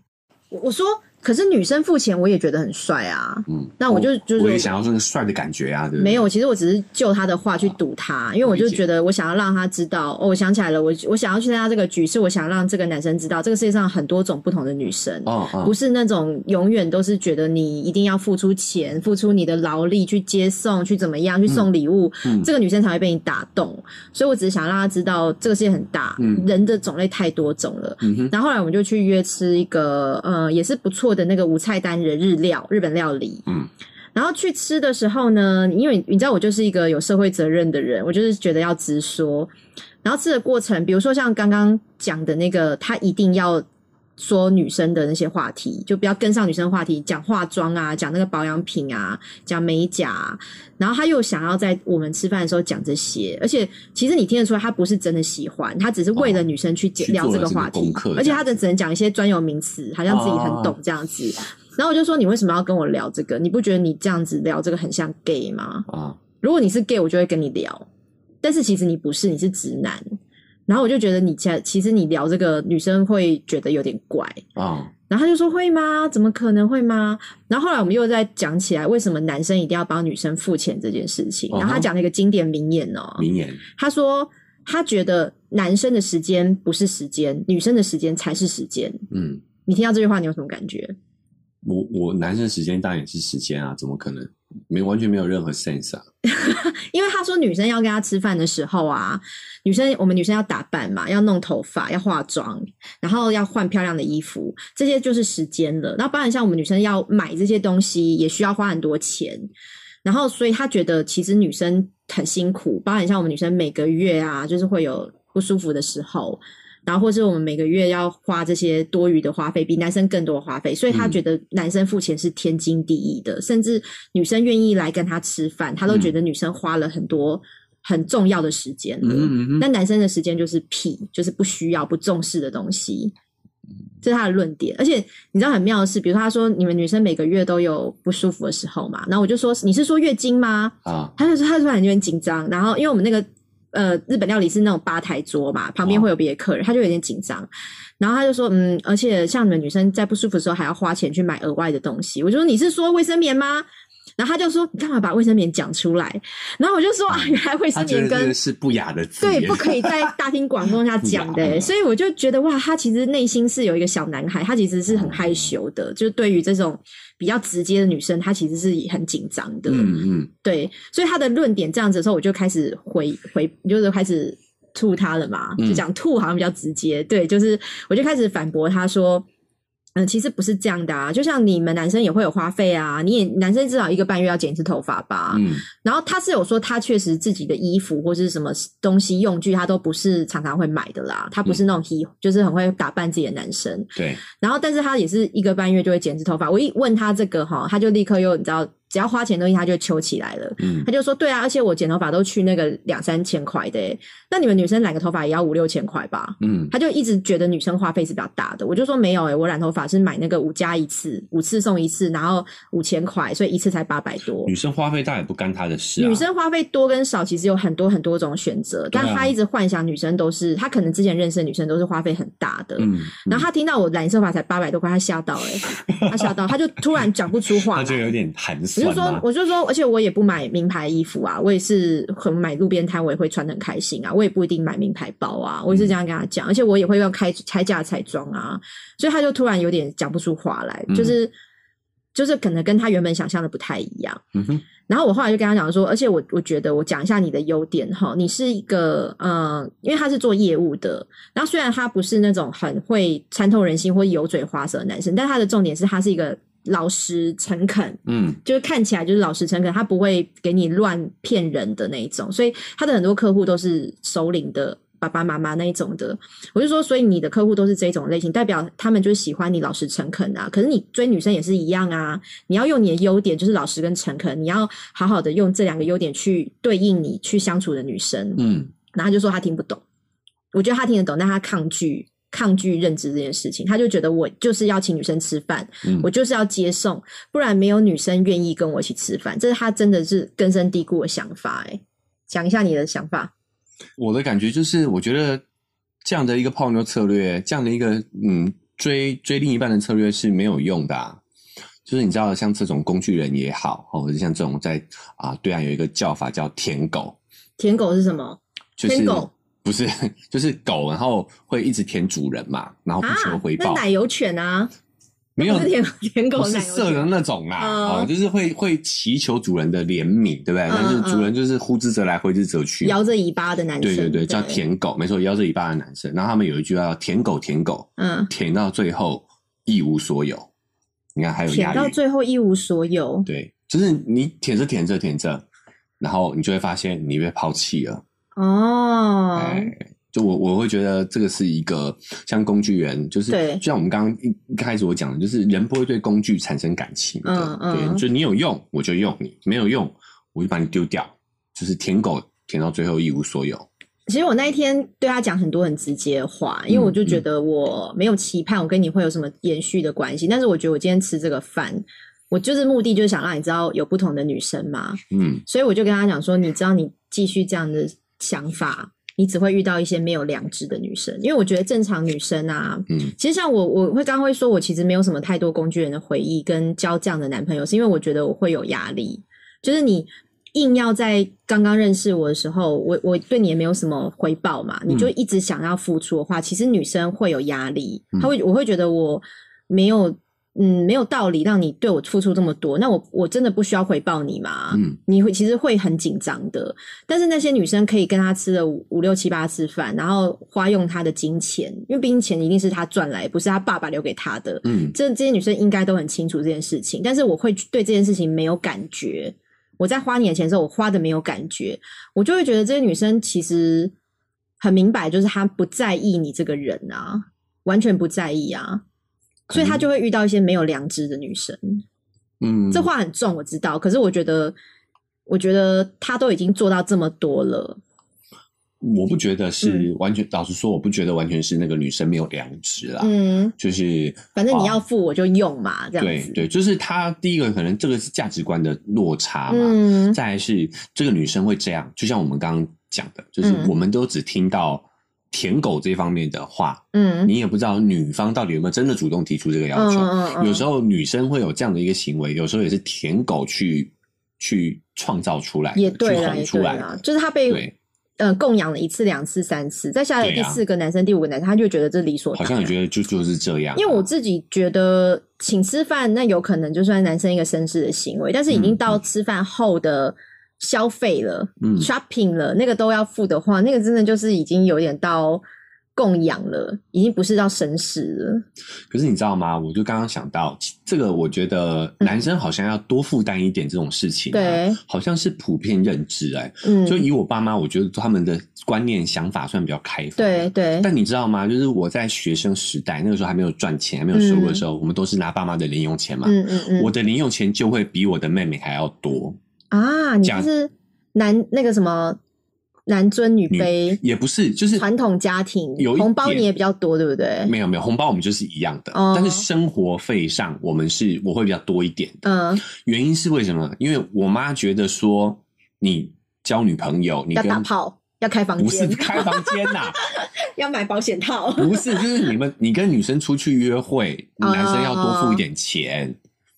Speaker 1: 我我说，可是女生付钱我也觉得很帅啊。
Speaker 2: 嗯，
Speaker 1: 那我就就是
Speaker 2: 我也想要这个帅的感觉啊，对不对？
Speaker 1: 没有，其实我只是就他的话去堵他，因为我就
Speaker 2: 理解
Speaker 1: 觉得我想要让他知道，哦，我想起来了，我我想要去参加这个局，是我想让这个男生知道，这个世界上很多种不同的女生，
Speaker 2: 哦，哦
Speaker 1: 不是那种永远都是觉得你一定要付出钱、付出你的劳力去接送、去怎么样、去送礼物，
Speaker 2: 嗯
Speaker 1: 这个女生才会被你打动。所以我只是想让她知道，这个世界很大，
Speaker 2: 嗯
Speaker 1: 人的种类太多种了。
Speaker 2: 嗯哼
Speaker 1: 然后后来我们就去约吃一个，呃，也是不错的那个无菜单的日料，日本料理。
Speaker 2: 嗯，
Speaker 1: 然后去吃的时候呢，因为你你知道我就是一个有社会责任的人，我就是觉得要直说。然后吃的过程，比如说像刚刚讲的那个，他一定要说女生的那些话题，就不要跟上女生的话题，讲化妆啊，讲那个保养品啊，讲美甲、啊。然后他又想要在我们吃饭的时候讲这些，而且其实你听得出来，他不是真的喜欢，他只是为了女生去
Speaker 2: 哦去
Speaker 1: 聊
Speaker 2: 做
Speaker 1: 这
Speaker 2: 了
Speaker 1: 个
Speaker 2: 这个
Speaker 1: 话题
Speaker 2: 功课，
Speaker 1: 而且
Speaker 2: 这样
Speaker 1: 他的只能讲一些专有名词，好像自己很懂
Speaker 2: 哦
Speaker 1: 这样子。然后我就说：“你为什么要跟我聊这个？你不觉得你这样子聊这个很像 gay 吗？
Speaker 2: 啊，
Speaker 1: 如果你是 gay，我就会跟你聊，但是其实你不是，你是直男。然后我就觉得你其其实你聊这个女生会觉得有点怪。
Speaker 2: 啊，
Speaker 1: 然后他就说会吗？怎么可能会吗？然后后来我们又在讲起来为什么男生一定要帮女生付钱这件事情。然后他
Speaker 2: 嗯哼
Speaker 1: 讲了一个经典名言哦，
Speaker 2: 明年
Speaker 1: 他说他觉得男生的时间不是时间，女生的时间才是时间。
Speaker 2: 嗯，
Speaker 1: 你听到这句话，你有什么感觉？
Speaker 2: 我我男生时间当然也是时间啊，怎么可能没完全没有任何 sense 啊？
Speaker 1: 因为他说女生要跟他吃饭的时候啊，女生我们女生要打扮嘛，要弄头发，要化妆，然后要换漂亮的衣服，这些就是时间了。然后包含像我们女生要买这些东西，也需要花很多钱。然后所以他觉得其实女生很辛苦，包含像我们女生每个月啊，就是会有不舒服的时候。然后，或是我们每个月要花这些多余的花费，比男生更多的花费，所以他
Speaker 2: 嗯
Speaker 1: 觉得男生付钱是天经地义的，甚至女生愿意来跟他吃饭，他都觉得女生花了很多很重要的时间了。
Speaker 2: 嗯嗯嗯
Speaker 1: 但男生的时间就是屁，就是不需要、不重视的东西，这是他的论点。而且你知道很妙的是，比如说他说你们女生每个月都有不舒服的时候嘛，然后我就说你是说月经吗？
Speaker 2: 啊，
Speaker 1: 他就说他突然有点紧张，然后因为我们那个呃日本料理是那种吧台桌嘛，旁边
Speaker 2: 哦
Speaker 1: 会有别的客人，他就有点紧张，然后他就说嗯，而且像你们女生在不舒服的时候还要花钱去买额外的东西，我就说你是说卫生棉吗？然后他就说：“你干嘛把卫生棉讲出来？”然后我就说：“啊，原来卫
Speaker 2: 嗯他
Speaker 1: 生
Speaker 2: 觉
Speaker 1: 棉
Speaker 2: 得这
Speaker 1: 跟
Speaker 2: 个是不雅的字
Speaker 1: 对，
Speaker 2: 眼
Speaker 1: 不可以在大庭广众下 讲的欸、
Speaker 2: 是啊
Speaker 1: 所以我就觉得哇，他其实内心是有一个小男孩，他其实是
Speaker 2: 嗯
Speaker 1: 很害羞的，就是对于这种比较直接的女生，他其实是很紧张的。
Speaker 2: 嗯嗯
Speaker 1: 对，所以他的论点这样子的时候，我就开始回回，就是开始吐他了嘛，
Speaker 2: 嗯
Speaker 1: 就讲吐好像比较直接。对，就是我就开始反驳他说。嗯，其实不是这样的啊，就像你们男生也会有花费啊，你也男生至少一个半月要剪一次头发吧，
Speaker 2: 嗯
Speaker 1: 然后他是有说，他确实自己的衣服或是什么东西用具，他都不是常常会买的啦。他不
Speaker 2: 嗯
Speaker 1: 是那种 he，、就是很会打扮自己的男生。
Speaker 2: 对，
Speaker 1: 然后，但是他也是一个半月就会剪一次头发。我一问他这个哈，他就立刻又你知道，只要花钱的东西他就揪起来了。
Speaker 2: 嗯
Speaker 1: 他就说：“对啊，而且我剪头发都去那个两三千块的欸、那你们女生染个头发也要五六千块吧？”
Speaker 2: 嗯
Speaker 1: 他就一直觉得女生花费是比较大的。我就说没有诶、欸我染头发是买那个五加一次，五次送一次，然后五千块，所以一次才八百多。
Speaker 2: 女生花费大也不干他的事啊，
Speaker 1: 女生花费多跟少其实有很多很多种选择，但
Speaker 2: 对啊
Speaker 1: 他一直幻想女生都是，他可能之前认识的女生都是花费很大的。
Speaker 2: 嗯，
Speaker 1: 然后
Speaker 2: 后
Speaker 1: 他听到我染色法才八百多块，他吓到哎、欸他吓到，他就突然讲不 出话
Speaker 2: 他就
Speaker 1: 来。
Speaker 2: 有点寒
Speaker 1: 我就
Speaker 2: 酸
Speaker 1: 说
Speaker 2: 嘛，，
Speaker 1: 我就说，而且我也不买名牌衣服啊，我也是很买路边摊，我也会穿的很开心啊，我也不一定买名牌包啊，我也是这样跟他讲，而且我也会用开开价彩妆啊，所以他就突然有点讲不出话来，就是、就是可能跟他原本想象的不太一样。
Speaker 2: 嗯哼
Speaker 1: 然后我后来就跟他讲说，而且我我觉得我讲一下你的优点哈，你是一个呃，因为他是做业务的，然后虽然他不是那种很会参透人心或油嘴滑舌的男生，但他的重点是他是一个老实诚恳，
Speaker 2: 嗯，
Speaker 1: 就是看起来就是老实诚恳，他不会给你乱骗人的那一种，所以他的很多客户都是首领的爸爸妈妈那一种的。我就说，所以你的客户都是这种类型，代表他们就是喜欢你老实诚恳啊。可是你追女生也是一样啊，你要用你的优点，就是老实跟诚恳，你要好好的用这两个优点去对应你去相处的女生。
Speaker 2: 嗯，
Speaker 1: 然后他就说他听不懂，我觉得他听得懂，但他抗拒抗拒认知这件事情，他就觉得我就是要请女生吃饭，
Speaker 2: 嗯
Speaker 1: 我就是要接送，不然没有女生愿意跟我一起吃饭，这是他真的是根深蒂固的想法、欸。哎，讲一下你的想法。
Speaker 2: 我的感觉就是，我觉得这样的一个泡妞策略，这样的一个嗯追追另一半的策略是没有用的、啊。就是你知道，像这种工具人也好，哦或者是像这种在啊对岸有一个叫法叫舔狗，
Speaker 1: 舔狗是什么？
Speaker 2: 就是
Speaker 1: 舔狗
Speaker 2: 不是 就是狗，然后会一直舔主人嘛，然后不求
Speaker 1: 啊
Speaker 2: 回，
Speaker 1: 那
Speaker 2: 报，
Speaker 1: 奶油犬啊，
Speaker 2: 没有
Speaker 1: 不是舔 舔狗
Speaker 2: 不是
Speaker 1: 奶油
Speaker 2: 色的
Speaker 1: 犬。
Speaker 2: 那种啦，
Speaker 1: 嗯
Speaker 2: 哦，就是会会祈求主人的怜悯，对不对？
Speaker 1: 嗯
Speaker 2: 但是
Speaker 1: 嗯嗯
Speaker 2: 主人就是呼之则来，挥之则去嘛。
Speaker 1: 摇着尾巴的男生，
Speaker 2: 对对对，叫。舔狗，没错，摇着尾巴的男生。然后他们有一句话叫“舔狗，舔狗，
Speaker 1: 嗯，
Speaker 2: 舔到最后一无所有”。你看还有
Speaker 1: 舔
Speaker 2: 押
Speaker 1: 到
Speaker 2: 韵，
Speaker 1: 最后一无所有。
Speaker 2: 对，就是你舔着舔着舔着，然后你就会发现你被抛弃了。
Speaker 1: 哦，
Speaker 2: 哎，就我我会觉得这个是一个像工具人，就是
Speaker 1: 对
Speaker 2: 就像我们刚刚一一开始我讲的，就是人不会对工具产生感情的，
Speaker 1: 嗯嗯
Speaker 2: 对，就你有用我就用你，没有用我就把你丢掉，就是舔狗舔到最后一无所有。
Speaker 1: 其实我那一天对他讲很多很直接的话，因为
Speaker 2: 嗯
Speaker 1: 我就觉得我没有期盼我跟你会有什么延续的关系，但是我觉得我今天吃这个饭，我就是目的就是想让你知道有不同的女生嘛，
Speaker 2: 嗯
Speaker 1: 所以我就跟他讲说，你知道你继续这样的想法，你只会遇到一些没有良知的女生，因为我觉得正常女生啊，
Speaker 2: 嗯
Speaker 1: 其实像我，我会刚刚会说，我其实没有什么太多工具人的回忆跟交这样的男朋友，是因为我觉得我会有压力。就是你硬要在刚刚认识我的时候，我我对你也没有什么回报嘛，你就一直想要付出的话，其实女生会有压力，
Speaker 2: 嗯
Speaker 1: 她会我会觉得我没有嗯没有道理让你对我付出这么多，那我我真的不需要回报你嘛？
Speaker 2: 嗯
Speaker 1: 你会其实会很紧张的。但是那些女生可以跟他吃了五五六七八次饭，然后花用他的金钱，因为毕竟钱一定是他赚来，不是他爸爸留给他的。
Speaker 2: 嗯
Speaker 1: 这这些女生应该都很清楚这件事情，但是我会对这件事情没有感觉。我在花你的钱的时候，我花的没有感觉，我就会觉得这些女生其实很明白，就是她不在意你这个人啊，完全不在意啊，所以她就会遇到一些没有良知的女生。
Speaker 2: 嗯，
Speaker 1: 这话很重，我知道。可是我觉得，我觉得他都已经做到这么多了，
Speaker 2: 我不觉得
Speaker 1: 嗯
Speaker 2: 是完全，老实说，我不觉得完全是那个女生没有良知啦，
Speaker 1: 嗯，
Speaker 2: 就是
Speaker 1: 反正你
Speaker 2: 啊
Speaker 1: 要付我就用嘛，这样
Speaker 2: 对
Speaker 1: 子，
Speaker 2: 对，就是她第一个可能这个是价值观的落差嘛，
Speaker 1: 嗯
Speaker 2: 再来是这个女生会这样，就像我们刚刚讲的，就是
Speaker 1: 嗯
Speaker 2: 我们都只听到舔狗这方面的话，
Speaker 1: 嗯
Speaker 2: 你也不知道女方到底有没有真的主动提出这个要
Speaker 1: 嗯
Speaker 2: 求。
Speaker 1: 嗯嗯，
Speaker 2: 有时候女生会有这样的一个行为，有时候也是舔狗去去创造出来的，
Speaker 1: 也对
Speaker 2: 去
Speaker 1: 啦，
Speaker 2: 哄
Speaker 1: 也
Speaker 2: 出
Speaker 1: 对
Speaker 2: 来
Speaker 1: 啦哎
Speaker 2: 的，，
Speaker 1: 就是他被
Speaker 2: 对，
Speaker 1: 呃供养了一次、两次、三次，再下来
Speaker 2: 对
Speaker 1: 第
Speaker 2: 啊
Speaker 1: 四个男生、第五个男生，他就觉得这理所
Speaker 2: 好
Speaker 1: 当
Speaker 2: 像
Speaker 1: 然
Speaker 2: 也。觉得就就是这样啊。
Speaker 1: 因为我自己觉得请吃饭，那有可能就算男生一个绅士的行为，但是已经到吃饭后的消费了、
Speaker 2: 嗯
Speaker 1: shopping 了，那个都要付的话，那个真的就是已经有点到供养了，已经不是到绅士了。
Speaker 2: 可是你知道吗？我就刚刚想到这个，我觉得男生好像要多负担一点这种事情、啊，
Speaker 1: 对，
Speaker 2: 好像是普遍认知哎、
Speaker 1: 嗯，
Speaker 2: 就以我爸妈，我觉得他们的观念想法算比较开放。
Speaker 1: 对。对，
Speaker 2: 但你知道吗？就是我在学生时代，那个时候还没有赚钱、还没有收入的时候，我们都是拿爸妈的零用钱嘛。
Speaker 1: 嗯嗯嗯，
Speaker 2: 我的零用钱就会比我的妹妹还要多，
Speaker 1: 啊，你
Speaker 2: 讲
Speaker 1: 就是男那个什么男尊女
Speaker 2: 女
Speaker 1: 卑
Speaker 2: 也不是，就是
Speaker 1: 传统家庭
Speaker 2: 有，一
Speaker 1: 红包
Speaker 2: 点
Speaker 1: 你也比较多，对不对？
Speaker 2: 没有没有红包，我们就是一样的，
Speaker 1: 哦
Speaker 2: 但是生活费上我们是我会比较多一点的。
Speaker 1: 嗯，
Speaker 2: 原因是为什么？因为我妈觉得说你交女朋友，你
Speaker 1: 要
Speaker 2: 跟
Speaker 1: 打炮，要开房
Speaker 2: 不是
Speaker 1: 间，
Speaker 2: 开房间呐、
Speaker 1: 要买保险 套。
Speaker 2: 不是，就是你们你跟女生出去约会，
Speaker 1: 哦
Speaker 2: 男生要多付一点钱，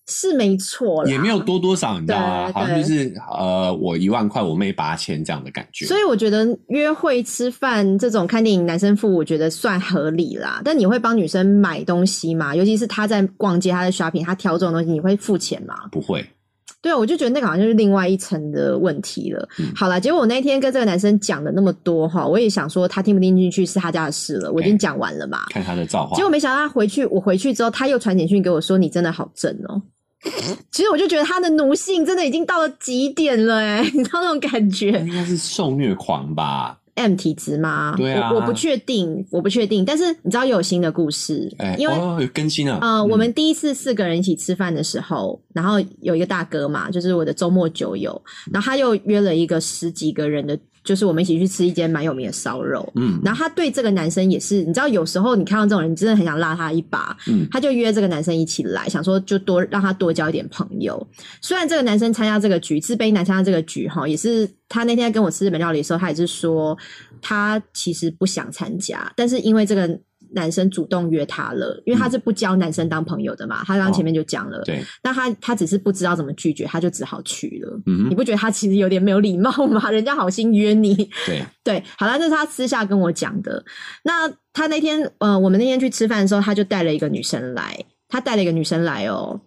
Speaker 1: 是没错啦，
Speaker 2: 也没有多多少，你知道吗？
Speaker 1: 对
Speaker 2: 好像就是呃，我一万块，我妹八千这样的感觉。
Speaker 1: 所以我觉得约会、吃饭这种看电影，男生付我觉得算合理啦。但你会帮女生买东西吗？尤其是她在逛街、她在 shopping、她挑这种东西，你会付钱吗？
Speaker 2: 不会，
Speaker 1: 对，啊我就觉得那个好像就是另外一层的问题了。
Speaker 2: 嗯
Speaker 1: 好啦，结果我那天跟这个男生讲了那么多哈，我也想说他听不听进去是他家的事了，我已经讲完了嘛。
Speaker 2: 看他的造化
Speaker 1: 结。果没想到他回去，我回去之后他又传简讯给我说：“你真的好正哦。”其实我就觉得他的奴性真的已经到了极点了、欸，哎，你知道那种感觉
Speaker 2: 应该是受虐狂吧？
Speaker 1: ？M 体质吗？
Speaker 2: 对啊
Speaker 1: 我我不确定，我不确定。但是你知道有新的故事，
Speaker 2: 哎、
Speaker 1: 因为
Speaker 2: 哦有更新了，
Speaker 1: 呃，我
Speaker 2: 嗯
Speaker 1: 们第一次四个人一起吃饭的时候，然后有一个大哥嘛，就是我的周末酒友，然后他又约了一个十几个人的，就是我们一起去吃一间蛮有名的烧肉。
Speaker 2: 嗯
Speaker 1: 然后他对这个男生也是，你知道，有时候你看到这种人，你真的很想拉他一把，
Speaker 2: 嗯
Speaker 1: 他就约这个男生一起来，想说就多让他多交一点朋友。虽然这个男生参加这个局，自卑男参加这个局哈，也是他那天在跟我吃日本料理的时候，他也是说他其实不想参加，但是因为这个男生主动约他了，因为他是不交男生当朋友的嘛，他刚刚前面就讲了，
Speaker 2: 嗯对，
Speaker 1: 那他他只是不知道怎么拒绝，他就只好去了。
Speaker 2: 嗯
Speaker 1: 你
Speaker 2: 哼
Speaker 1: 不觉得他其实有点没有礼貌吗？ 人家好心约你，
Speaker 2: 对，
Speaker 1: 对，好了，这是他私下跟我讲的。那他那天，呃，我们那天去吃饭的时候，他就带了一个女生来，他带了一个女生来哦。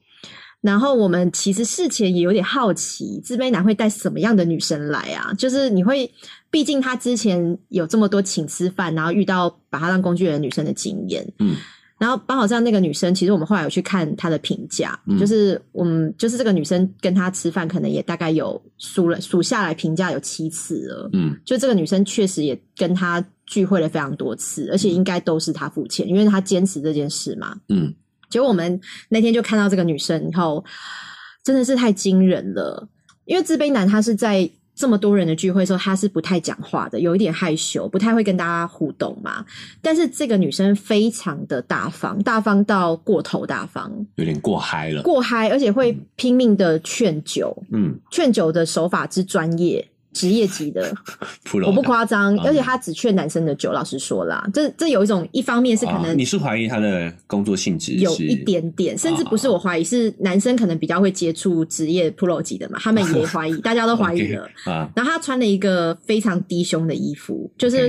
Speaker 1: 然后我们其实事前也有点好奇，自卑男会带什么样的女生来啊？就是你会，毕竟他之前有这么多请吃饭，然后遇到把他当工具人的女生的经验，
Speaker 2: 嗯
Speaker 1: 然后刚好像那个女生，其实我们后来有去看她的评价，
Speaker 2: 嗯
Speaker 1: 就是我们就是这个女生跟他吃饭，可能也大概有数了数下来评价有七次了，
Speaker 2: 嗯
Speaker 1: 就这个女生确实也跟他聚会了非常多次，而且应该都是他付钱，因为他坚持这件事嘛。
Speaker 2: 嗯，
Speaker 1: 结果我们那天就看到这个女生以后，真的是太惊人了。因为自卑男他是在这么多人的聚会的时候，他是不太讲话的，有一点害羞，不太会跟大家互动嘛。但是这个女生非常的大方，大方到过头大方，
Speaker 2: 有点过嗨了，
Speaker 1: 过嗨，而且会拼命的劝酒，
Speaker 2: 嗯，
Speaker 1: 劝酒的手法之专业，职业级的。
Speaker 2: 普罗
Speaker 1: 我不
Speaker 2: 大
Speaker 1: 夸张，
Speaker 2: 嗯
Speaker 1: 而且他只劝男生的酒。老实说啦，这这有一种，一方面是可
Speaker 2: 哦
Speaker 1: 能
Speaker 2: 你是怀疑他的工作性质
Speaker 1: 有
Speaker 2: 是
Speaker 1: 一点点，甚至不是
Speaker 2: 啊
Speaker 1: 我怀疑，是男生可能比较会接触职业 pro 级的嘛，他们也怀 疑，大家都怀疑
Speaker 2: OK，
Speaker 1: 了。
Speaker 2: 啊，
Speaker 1: 然后他穿了一个非常低胸的衣服，就是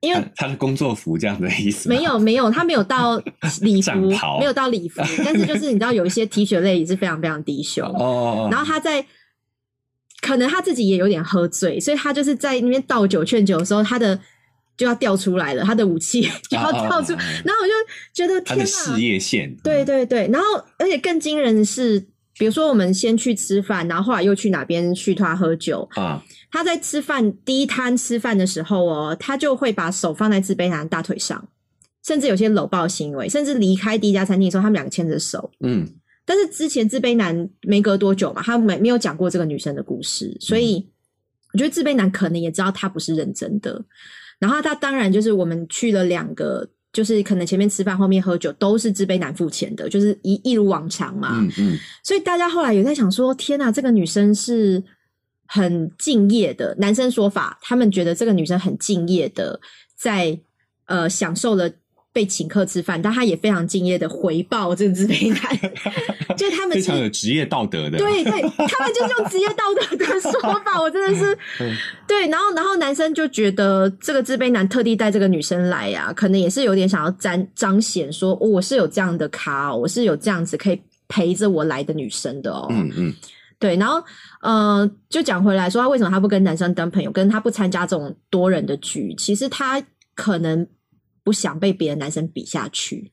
Speaker 1: 因
Speaker 2: 他
Speaker 1: 为
Speaker 2: 他的工作服这样的意思吗
Speaker 1: 没有没有，他没有到礼服
Speaker 2: 战袍，
Speaker 1: 没有到礼服，但是就是你知道有一些 T 恤类也是非常非常低胸
Speaker 2: 哦，哦，哦
Speaker 1: 然后他在。可能他自己也有点喝醉，所以他就是在那边倒酒劝酒的时候，他的就要掉出来了，他的武器 就要倒出。
Speaker 2: 啊啊啊啊
Speaker 1: 然后我就觉得
Speaker 2: 他
Speaker 1: 天
Speaker 2: 的
Speaker 1: 哪
Speaker 2: 事，业线，
Speaker 1: 对对对。然后而且更惊人的是，比如说我们先去吃饭，然后后来又去哪边续他喝酒。
Speaker 2: 啊，
Speaker 1: 他在吃饭第一摊吃饭的时候哦，他就会把手放在自卑男的大腿上，甚至有些搂抱行为，甚至离开第一家餐厅的时候，他们两个牵着手。
Speaker 2: 嗯
Speaker 1: 但是之前自卑男没隔多久嘛，他没没有讲过这个女生的故事，所以我觉得自卑男可能也知道她不是认真的。然后他当然就是我们去了两个，就是可能前面吃饭后面喝酒都是自卑男付钱的，就是一一如往常嘛。
Speaker 2: 嗯嗯，
Speaker 1: 所以大家后来也在想说，天啊呐，这个女生是很敬业的。男生说法，他们觉得这个女生很敬业的，在呃享受了被请客吃饭，但她也非常敬业的回报这个自卑男， 就是他们
Speaker 2: 非
Speaker 1: 是
Speaker 2: 常。有职业道德的，
Speaker 1: 对对，他们就是用职业道德的说法，我真的是
Speaker 2: 嗯
Speaker 1: 对。然后，然后男生就觉得这个自卑男特地带这个女生来呀、可能也是有点想要彰彰显说、哦我是有这样的咖哦、我是有这样子可以陪着我来的女生的哦。
Speaker 2: 嗯嗯
Speaker 1: 对，然后呃，就讲回来说，他为什么他不跟男生当朋友，跟他不参加这种多人的局？其实他可能不想被别的男生比下去，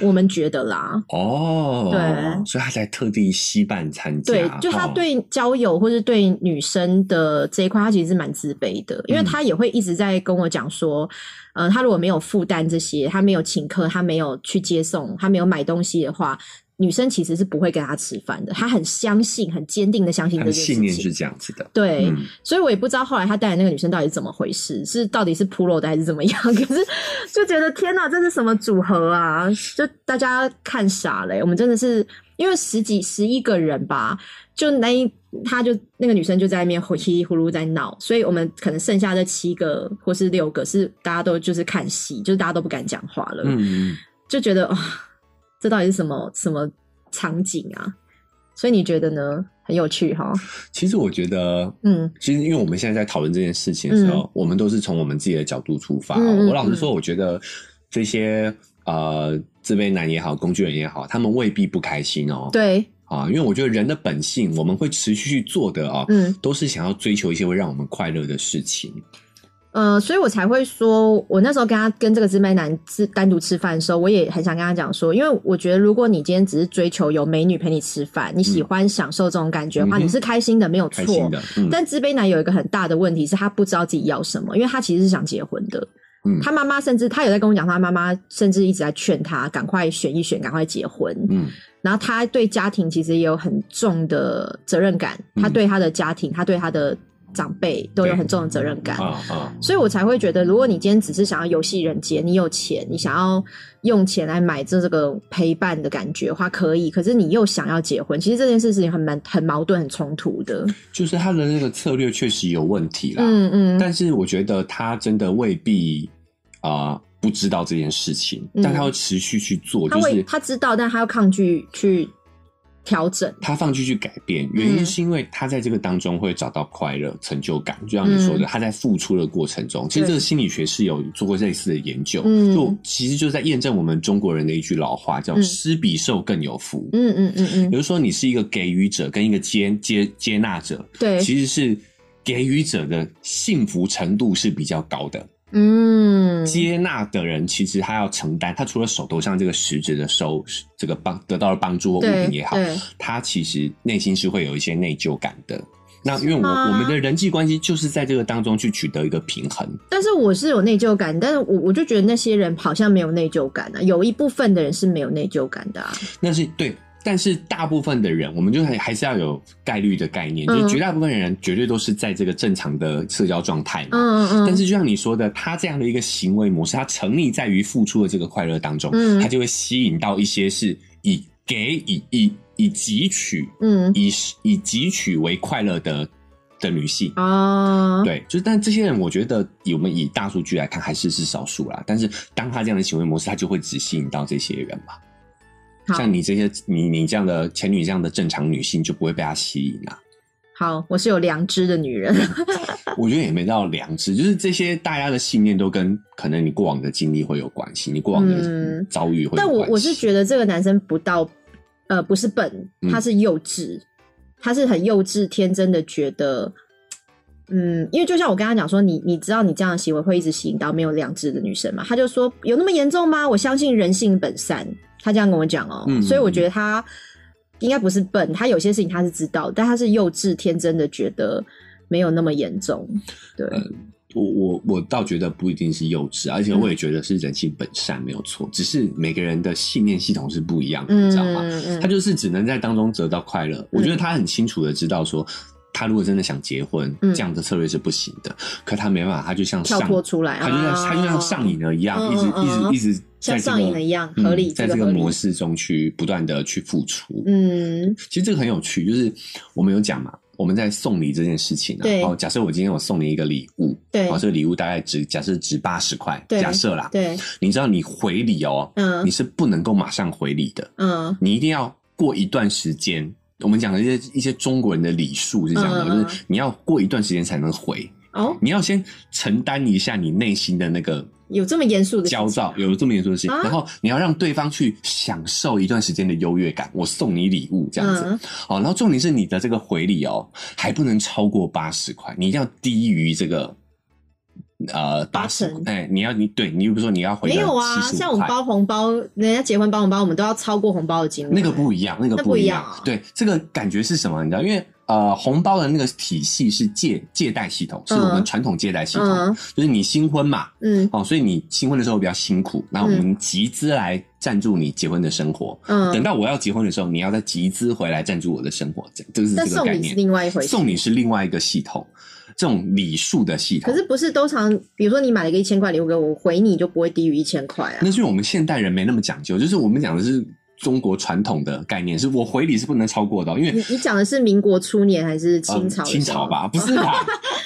Speaker 1: 我们觉得啦。
Speaker 2: 哦，
Speaker 1: 对
Speaker 2: 所以他才特地西办参加，
Speaker 1: 对，就他
Speaker 2: 哦
Speaker 1: 对交友或是对女生的这一块，他其实是蛮自卑的，因为
Speaker 2: 嗯
Speaker 1: 他也会一直在跟我讲说，呃，他如果没有负担这些，他没有请客，他没有去接送，他没有买东西的话，女生其实是不会跟他吃饭的。他很相信，很坚定的相信
Speaker 2: 他
Speaker 1: 这
Speaker 2: 的
Speaker 1: 件事
Speaker 2: 信
Speaker 1: 情。
Speaker 2: 念是这样子的，
Speaker 1: 对，
Speaker 2: 嗯
Speaker 1: 所以我也不知道后来他带的那个女生到底是怎么回事，是到底是 pro 的还是怎么样？ 可是就觉得天哪，这是什么组合啊？就大家看傻了欸、我们真的是因为十几十一个人吧，就那一他就那个女生就在那边呼稀里呼噜在闹，所以我们可能剩下这七个或是六个是大家都就是看戏，就是大家都不敢讲话了，
Speaker 2: 嗯嗯，
Speaker 1: 就觉得哇、这到底是什么什么场景啊？所以你觉得呢？很有趣哈，
Speaker 2: 其实我觉得，
Speaker 1: 嗯
Speaker 2: 其实因为我们现在在讨论这件事情的时候，我们都是从我们自己的角度出发。
Speaker 1: 嗯嗯
Speaker 2: 我老实说，我觉得这些呃自卑男也好，工具人也好，他们未必不开心哦。
Speaker 1: 对，
Speaker 2: 啊，因为我觉得人的本性，我们会持续去做的哦，
Speaker 1: 嗯。
Speaker 2: 都是想要追求一些会让我们快乐的事情。
Speaker 1: 呃，所以我才会说，我那时候跟他跟这个自妹男自单独吃饭的时候，我也很想跟他讲说，因为我觉得如果你今天只是追求有美女陪你吃饭，你喜欢享受这种感觉的话，
Speaker 2: 嗯哼
Speaker 1: 你是开心的，没有
Speaker 2: 开
Speaker 1: 错
Speaker 2: 心。的，嗯
Speaker 1: 但自卑男有一个很大的问题是他不知道自己要什么，因为他其实是想结婚的。
Speaker 2: 嗯
Speaker 1: 他妈妈甚至他有在跟我讲，他妈妈甚至一直在劝他赶快选一选，赶快结婚。
Speaker 2: 嗯
Speaker 1: 然后他对家庭其实也有很重的责任感，
Speaker 2: 嗯
Speaker 1: 他对他的家庭，他对他的长辈都有很重的责任感。
Speaker 2: 啊啊，
Speaker 1: 所以我才会觉得，如果你今天只是想要游戏人间，你有钱，你想要用钱来买这这个陪伴的感觉的话，可以。可是你又想要结婚，其实这件事情很蛮很矛盾、很冲突的。
Speaker 2: 就是啊他的那个策略确实有问题啦。
Speaker 1: 嗯嗯，
Speaker 2: 但是我觉得他真的未必啊、呃不知道这件事情，
Speaker 1: 嗯
Speaker 2: 但他会持续去做，
Speaker 1: 他
Speaker 2: 就
Speaker 1: 会
Speaker 2: 是
Speaker 1: 他知道，但他要抗拒去调整。
Speaker 2: 他放弃去改变，原
Speaker 1: 嗯
Speaker 2: 因是因为他在这个当中会找到快乐、成就感，就像你说
Speaker 1: 嗯
Speaker 2: 的，他在付出的过程中，其实这个心理学是有做过类似的研究，
Speaker 1: 嗯
Speaker 2: 就其实就是在验证我们中国人的一句老话，叫“
Speaker 1: 嗯
Speaker 2: 施比受更有福”。
Speaker 1: 嗯嗯嗯嗯
Speaker 2: 比，如说，你是一个给予者跟一个接接接纳者，
Speaker 1: 对，
Speaker 2: 其实是给予者的幸福程度是比较高的，
Speaker 1: 嗯，
Speaker 2: 接纳的人其实他要承担，他除了手头上这个实质的收这个帮得到了帮助或物
Speaker 1: 对
Speaker 2: 品也好，
Speaker 1: 对
Speaker 2: 他其实内心是会有一些内疚感的。那因为我
Speaker 1: 吗
Speaker 2: 我们的人际关系就是在这个当中去取得一个平衡，
Speaker 1: 但是我是有内疚感，但是我我就觉得那些人好像没有内疚感啊，有一部分的人是没有内疚感的啊。
Speaker 2: 那是对。但是大部分的人，我们就还还是要有概率的概念，
Speaker 1: 嗯
Speaker 2: 就是绝大部分人绝对都是在这个正常的社交状态嘛。
Speaker 1: 嗯嗯嗯，
Speaker 2: 但是就像你说的，他这样的一个行为模式，他沉溺在于付出的这个快乐当中，
Speaker 1: 嗯
Speaker 2: 他就会吸引到一些是以给以以以汲取
Speaker 1: 嗯
Speaker 2: 以以汲取为快乐的的女性。
Speaker 1: 哦，
Speaker 2: 对，就是，但这些人，我觉得以我们以大数据来看，还是是少数啦。但是，当他这样的行为模式，他就会只吸引到这些人嘛。
Speaker 1: 好
Speaker 2: 像你这些，你你这样的前女这样的正常女性，就不会被他吸引啊。
Speaker 1: 好，我是有良知的女 人。
Speaker 2: 我觉得也没到良知，就是这些大家的信念都跟可能你过往的经历会有关系，你过往的
Speaker 1: 嗯
Speaker 2: 遭遇会有关系。
Speaker 1: 但我我是觉得这个男生不到，呃，不是笨，
Speaker 2: 嗯
Speaker 1: 他是幼稚，他是很幼稚天真的觉得，嗯，因为就像我跟他讲说，你你知道你这样的行为会一直吸引到没有良知的女生嘛？他就说有那么严重吗？我相信人性本善，他这样跟我讲哦、
Speaker 2: 嗯
Speaker 1: 所以我觉得他应该不是笨，他有些事情他是知道，但他是幼稚天真的觉得没有那么严重，对，
Speaker 2: 呃我我我倒觉得不一定是幼稚，啊而且我也觉得是人性本善没有错，只是每个人的信念系统是不一样的，你知道吗？
Speaker 1: 嗯
Speaker 2: 他就是只能在当中得到快乐。我觉得他很清楚的知道说，他如果真的想结婚，
Speaker 1: 嗯
Speaker 2: 这样的策略是不行的。可他没办法，他就像
Speaker 1: 跳
Speaker 2: 上，
Speaker 1: 脱出来，
Speaker 2: 他就像、
Speaker 1: 啊
Speaker 2: 他就像上瘾了一样，
Speaker 1: 嗯
Speaker 2: 一直、
Speaker 1: 嗯嗯
Speaker 2: 一直一直
Speaker 1: 像
Speaker 2: 在这
Speaker 1: 上瘾
Speaker 2: 个
Speaker 1: 了一样，
Speaker 2: 嗯
Speaker 1: 合理，
Speaker 2: 在这
Speaker 1: 个
Speaker 2: 个
Speaker 1: 合理
Speaker 2: 模式中去不断的去付出。
Speaker 1: 嗯
Speaker 2: 其实这个很有趣，就是我们有讲嘛，我们在送礼这件事情啊，
Speaker 1: 对
Speaker 2: 哦，假设我今天我送你一个礼物，
Speaker 1: 对
Speaker 2: 哦，这个礼物大概值假设值八十块，
Speaker 1: 对
Speaker 2: 假设啦，，
Speaker 1: 对，
Speaker 2: 你知道你回礼哦，
Speaker 1: 嗯
Speaker 2: 你是不能够马上回礼的，
Speaker 1: 嗯
Speaker 2: 你一定要过一段时间。我们讲的一些一些中国人的礼数是这样的，
Speaker 1: 嗯嗯嗯
Speaker 2: 就是你要过一段时间才能回，
Speaker 1: 哦，
Speaker 2: 你要先承担一下你内心的那个
Speaker 1: 有这么严肃的事
Speaker 2: 焦
Speaker 1: 情
Speaker 2: 躁，有这么严重的事情，
Speaker 1: 啊
Speaker 2: 然后你要让对方去享受一段时间的优越感。我送你礼物这样子，
Speaker 1: 嗯
Speaker 2: 哦，然后重点是你的这个回礼哦，还不能超过八十块，你一定要低于这个。呃，八十
Speaker 1: 成，
Speaker 2: 哎，你要你对你，比如说你要回
Speaker 1: 没
Speaker 2: 到
Speaker 1: 有啊，
Speaker 2: 75
Speaker 1: 像我们
Speaker 2: 块
Speaker 1: 包红包，人家结婚包红包，我们都要超过红包的金额。嗯
Speaker 2: 那个不一样，那个
Speaker 1: 那
Speaker 2: 不
Speaker 1: 不一
Speaker 2: 一样。
Speaker 1: 样啊
Speaker 2: 对，这个感觉是什么？你知道，因为呃，红包的那个体系是借借贷系统，是我们
Speaker 1: 嗯
Speaker 2: 传统借贷系统，
Speaker 1: 嗯
Speaker 2: 就是你新婚嘛，
Speaker 1: 嗯
Speaker 2: 哦，所以你新婚的时候比较辛苦，那我们集资来赞助你结婚的生活。等
Speaker 1: 嗯，
Speaker 2: 到我要结婚的时候，你要再集资回来赞助我的生活，这这是
Speaker 1: 但
Speaker 2: 这个
Speaker 1: 送
Speaker 2: 概
Speaker 1: 礼是
Speaker 2: 念。
Speaker 1: 另外一回事。
Speaker 2: 送礼是另外一个系统，这种礼数的系统。
Speaker 1: 可是不是都常，比如说你买了一个一千块礼物给我，我回你就不会低于一千块啊
Speaker 2: 那？是因为我们现代人没那么讲究，就是我们讲的是中国传统的概念，是我回礼是不能超过的哦，因为
Speaker 1: 你你讲的是民国初年还是清朝
Speaker 2: 呃
Speaker 1: 的时候？
Speaker 2: 清朝吧，不 是啦，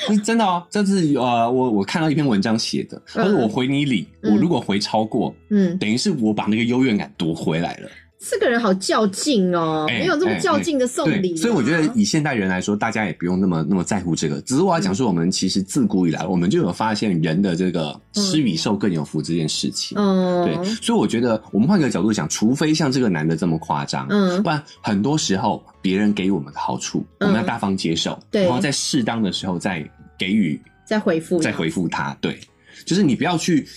Speaker 2: 是真的哦。这是呃，我我看到一篇文章写的，他说
Speaker 1: 嗯
Speaker 2: 我回你礼，
Speaker 1: 嗯
Speaker 2: 我如果回超过，
Speaker 1: 嗯，
Speaker 2: 等于是我把那个优越感夺回来了。
Speaker 1: 这个人好较劲哦，
Speaker 2: 哎
Speaker 1: 没有这么
Speaker 2: 哎
Speaker 1: 较劲的送礼
Speaker 2: 对，
Speaker 1: 啊。
Speaker 2: 所以我觉得以现代人来说，大家也不用那么那么在乎这个。只是我要讲
Speaker 1: 嗯
Speaker 2: 说，我们其实自古以来，我们就有发现人的这个
Speaker 1: 嗯
Speaker 2: 施比受更有福这件事情。对，
Speaker 1: 嗯
Speaker 2: 所以我觉得我们换个角度讲，除非像这个男的这么夸张，
Speaker 1: 嗯
Speaker 2: 不然很多时候别人给我们的好处，我
Speaker 1: 嗯
Speaker 2: 们要大方接受，
Speaker 1: 对
Speaker 2: 然后在适当的时候再给予
Speaker 1: 再回复，
Speaker 2: 再回复他。对，就是你不要去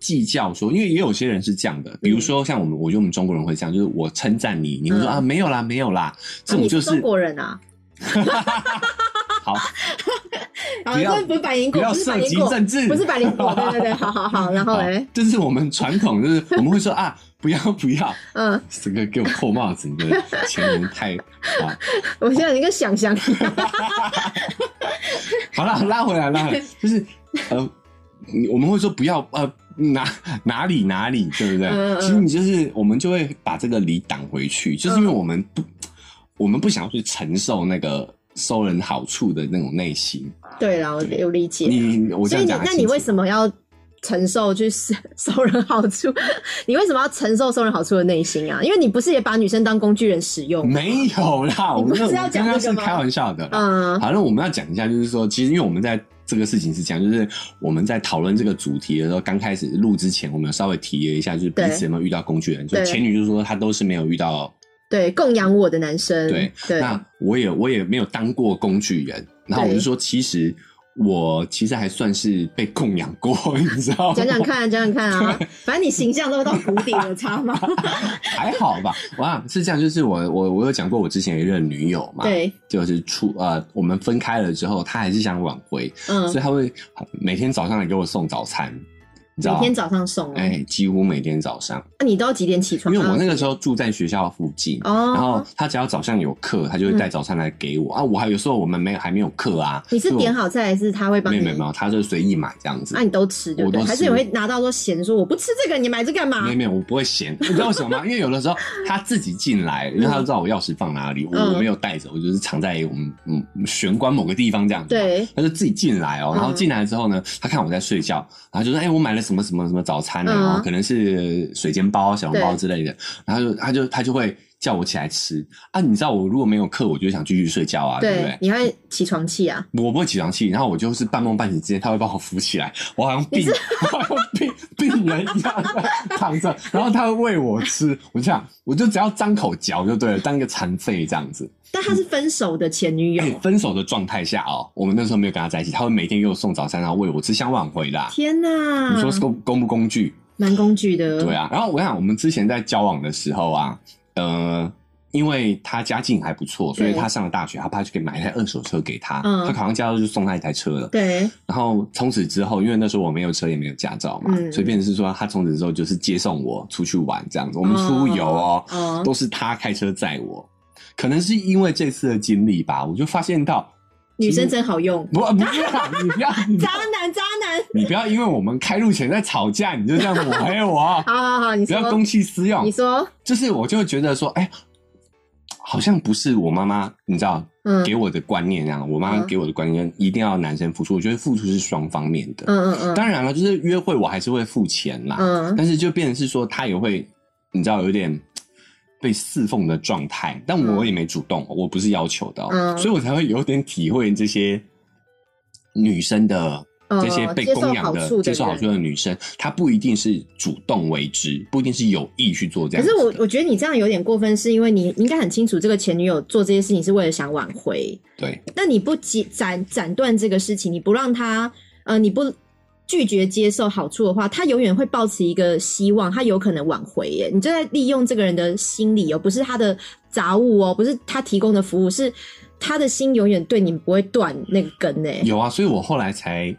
Speaker 2: 计较说，因为也有些人是这样的，比如说像我们，我觉得我们中国人会这样，就是我称赞你，你会说、
Speaker 1: 嗯
Speaker 2: 啊没有啦，没有啦，这
Speaker 1: 啊
Speaker 2: 种
Speaker 1: 你
Speaker 2: 就是
Speaker 1: 中国人啊，
Speaker 2: 好，
Speaker 1: 然
Speaker 2: 不要
Speaker 1: 后不是百灵
Speaker 2: 不
Speaker 1: 果，
Speaker 2: 要
Speaker 1: 不是百
Speaker 2: 涉及
Speaker 1: 灵果，
Speaker 2: 政治，
Speaker 1: 不是百灵 果，对对对，好好好，然后
Speaker 2: 好
Speaker 1: 嘞，
Speaker 2: 这是我们传统，就是我们会说啊，不要不要，
Speaker 1: 嗯，
Speaker 2: 这个给我扣帽子，你的前人太啊，
Speaker 1: 我现在有一个想象，
Speaker 2: 好了，拉回来，拉回来，就是呃，你我们会说不要呃哪哪里哪里，对不对？
Speaker 1: 嗯嗯
Speaker 2: 其实你就是我们就会把这个理挡回去，就是因为我们不、我们不想去承受那个收人好处的那种内心。
Speaker 1: 对啦，我
Speaker 2: 对
Speaker 1: 我理解，
Speaker 2: 你我这
Speaker 1: 所以你
Speaker 2: 样讲还
Speaker 1: 那
Speaker 2: 清楚，
Speaker 1: 你为什么要承受去收收人好处？ 你为什么要承受收人好处的内心啊？因为你不是也把女生当工具人使用？
Speaker 2: 没有啦，我
Speaker 1: 你不
Speaker 2: 们
Speaker 1: 是要
Speaker 2: 我
Speaker 1: 讲
Speaker 2: 刚刚
Speaker 1: 这个
Speaker 2: 是
Speaker 1: 吗
Speaker 2: 开玩笑的啦。
Speaker 1: 嗯
Speaker 2: 好，那我们要讲一下，就是说，其实因为我们在这个事情是讲，就是我们在讨论这个主题的时候，刚开始录之前，我们有稍微提了一下，就是彼
Speaker 1: 对
Speaker 2: 此有没有遇到工具人。就
Speaker 1: 对
Speaker 2: 前女就说她都是没有遇到，
Speaker 1: 对，供养我的男生，
Speaker 2: 对那我也我也没有当过工具人。然后我
Speaker 1: 对
Speaker 2: 就说，其实我其实还算是被供养过， 你知道吗？
Speaker 1: 讲讲看，讲讲看 啊，反正你形象都到谷底了，差吗？
Speaker 2: 还好吧？哇，是这样，就是我我我有讲过我之前有一任女友嘛，，
Speaker 1: 对，
Speaker 2: 就是出呃我们分开了之后，她还是想挽回，
Speaker 1: 嗯
Speaker 2: 所以，他会每天早上来给我送早餐，你知道
Speaker 1: 每
Speaker 2: 吗
Speaker 1: 天早上送哦，
Speaker 2: 哎、几乎每天早上，
Speaker 1: 那你都几点起
Speaker 2: 因
Speaker 1: 床？啊
Speaker 2: 为我那个时候住在学校附近，然后
Speaker 1: 哦，
Speaker 2: 他只要早上有课，他就会带早餐来给我、啊。我还有时候我们没有还没有课啊，
Speaker 1: 嗯你是
Speaker 2: 所以我
Speaker 1: 点好菜还是他会帮
Speaker 2: 没
Speaker 1: 你？
Speaker 2: 有没有没有，他就随意买这样子。
Speaker 1: 那你都吃对不对？
Speaker 2: 我都吃
Speaker 1: 还是你会拿到说嫌说我不吃这个，你买这干嘛
Speaker 2: 没有？没有，我不会嫌，你知道为什么 吗？因为有的时候他自己进来，因为他知道我钥匙放哪里，我
Speaker 1: 嗯
Speaker 2: 我没有带走，我就是藏在我们嗯玄关某个地方这样子。
Speaker 1: 对，
Speaker 2: 他就自己进来哦，然后
Speaker 1: 嗯
Speaker 2: 进来之后呢，他看我在睡觉，然后就说：“哎、我买了什么什么什么早餐呢、
Speaker 1: 嗯
Speaker 2: 啊？可能是水煎包、小笼包之类的。”然后就他就他就会叫我起来吃啊。你知道我如果没有课，我就想继续睡觉啊，对不
Speaker 1: 对
Speaker 2: 对，？
Speaker 1: 你会起床气啊？
Speaker 2: 我不会起床气，然后我就是半梦半醒之间，他会把我扶起来，我好像病，我好像病 病人一样躺着，然后他会喂我吃，我就想，我就只要张口嚼就对了，当一个残废这样子。
Speaker 1: 但他是分手的前女友
Speaker 2: 哎、，分手的状态下哦，我们那时候没有跟他在一起，他会每天给我送早餐，然后喂我吃，想挽回啦。
Speaker 1: 天哪，
Speaker 2: 你说是工工不工具？
Speaker 1: 蛮工具的，
Speaker 2: 对，啊。然后我想，我们之前在交往的时候啊，呃，因为他家境还不错，所以
Speaker 1: 对
Speaker 2: 他上了大学，他爸就可以买一台二手车给他。
Speaker 1: 嗯
Speaker 2: 他考上驾照就送他一台车了。
Speaker 1: 对，
Speaker 2: 然后从此之后，因为那时候我没有车也没有驾照嘛，
Speaker 1: 嗯
Speaker 2: 所以变成是说他从此之后就是接送我出去玩这样子。我们出游哦，
Speaker 1: 哦，
Speaker 2: 都是他开车载我。可能是因为这次的经历吧，我就发现到
Speaker 1: 女生真好 用，
Speaker 2: 不不是啊，你不要你不
Speaker 1: 渣
Speaker 2: 要
Speaker 1: 男渣男，！
Speaker 2: 你不要因为我们开路前在吵架，你就这样抹黑我啊
Speaker 1: 好好好，你
Speaker 2: 不要公
Speaker 1: 说，
Speaker 2: 器私用
Speaker 1: 你，说，
Speaker 2: 就是我就会觉得说，哎、好像不是我妈妈，你知道
Speaker 1: 嗯
Speaker 2: 给我的观念那样。我妈妈
Speaker 1: 嗯
Speaker 2: 给我的观念一定要男生付出，我觉得付出是双方面的。
Speaker 1: 嗯嗯嗯
Speaker 2: 当然了，就是约会我还是会付钱啦，
Speaker 1: 嗯，
Speaker 2: 但是就变成是说他也会，你知道有点被侍奉的状态，但
Speaker 1: 嗯
Speaker 2: 我也没主动，我不是要求的、哦，
Speaker 1: 嗯
Speaker 2: 所以我才会有点体会这些女生的。
Speaker 1: 嗯
Speaker 2: 这些被供养
Speaker 1: 接受好
Speaker 2: 的
Speaker 1: 处、的
Speaker 2: 接受好处的女生，她不一定是主动为之，不一定是有意去做这
Speaker 1: 可
Speaker 2: 样子
Speaker 1: 是
Speaker 2: 的。
Speaker 1: 我我觉得你这样有点过分，是因为你应该很清楚这个前女友做这些事情是为了想挽回，
Speaker 2: 对
Speaker 1: 那你不截斩斩断这个事情，你不让他呃，你不拒绝接受好处的话，他永远会抱持一个希望，他有可能挽回耶。你就在利用这个人的心理哦，不是他的杂物哦，不是他提供的服务，是他的心永远对你不会断那个根呢。
Speaker 2: 有啊，所以我后来才，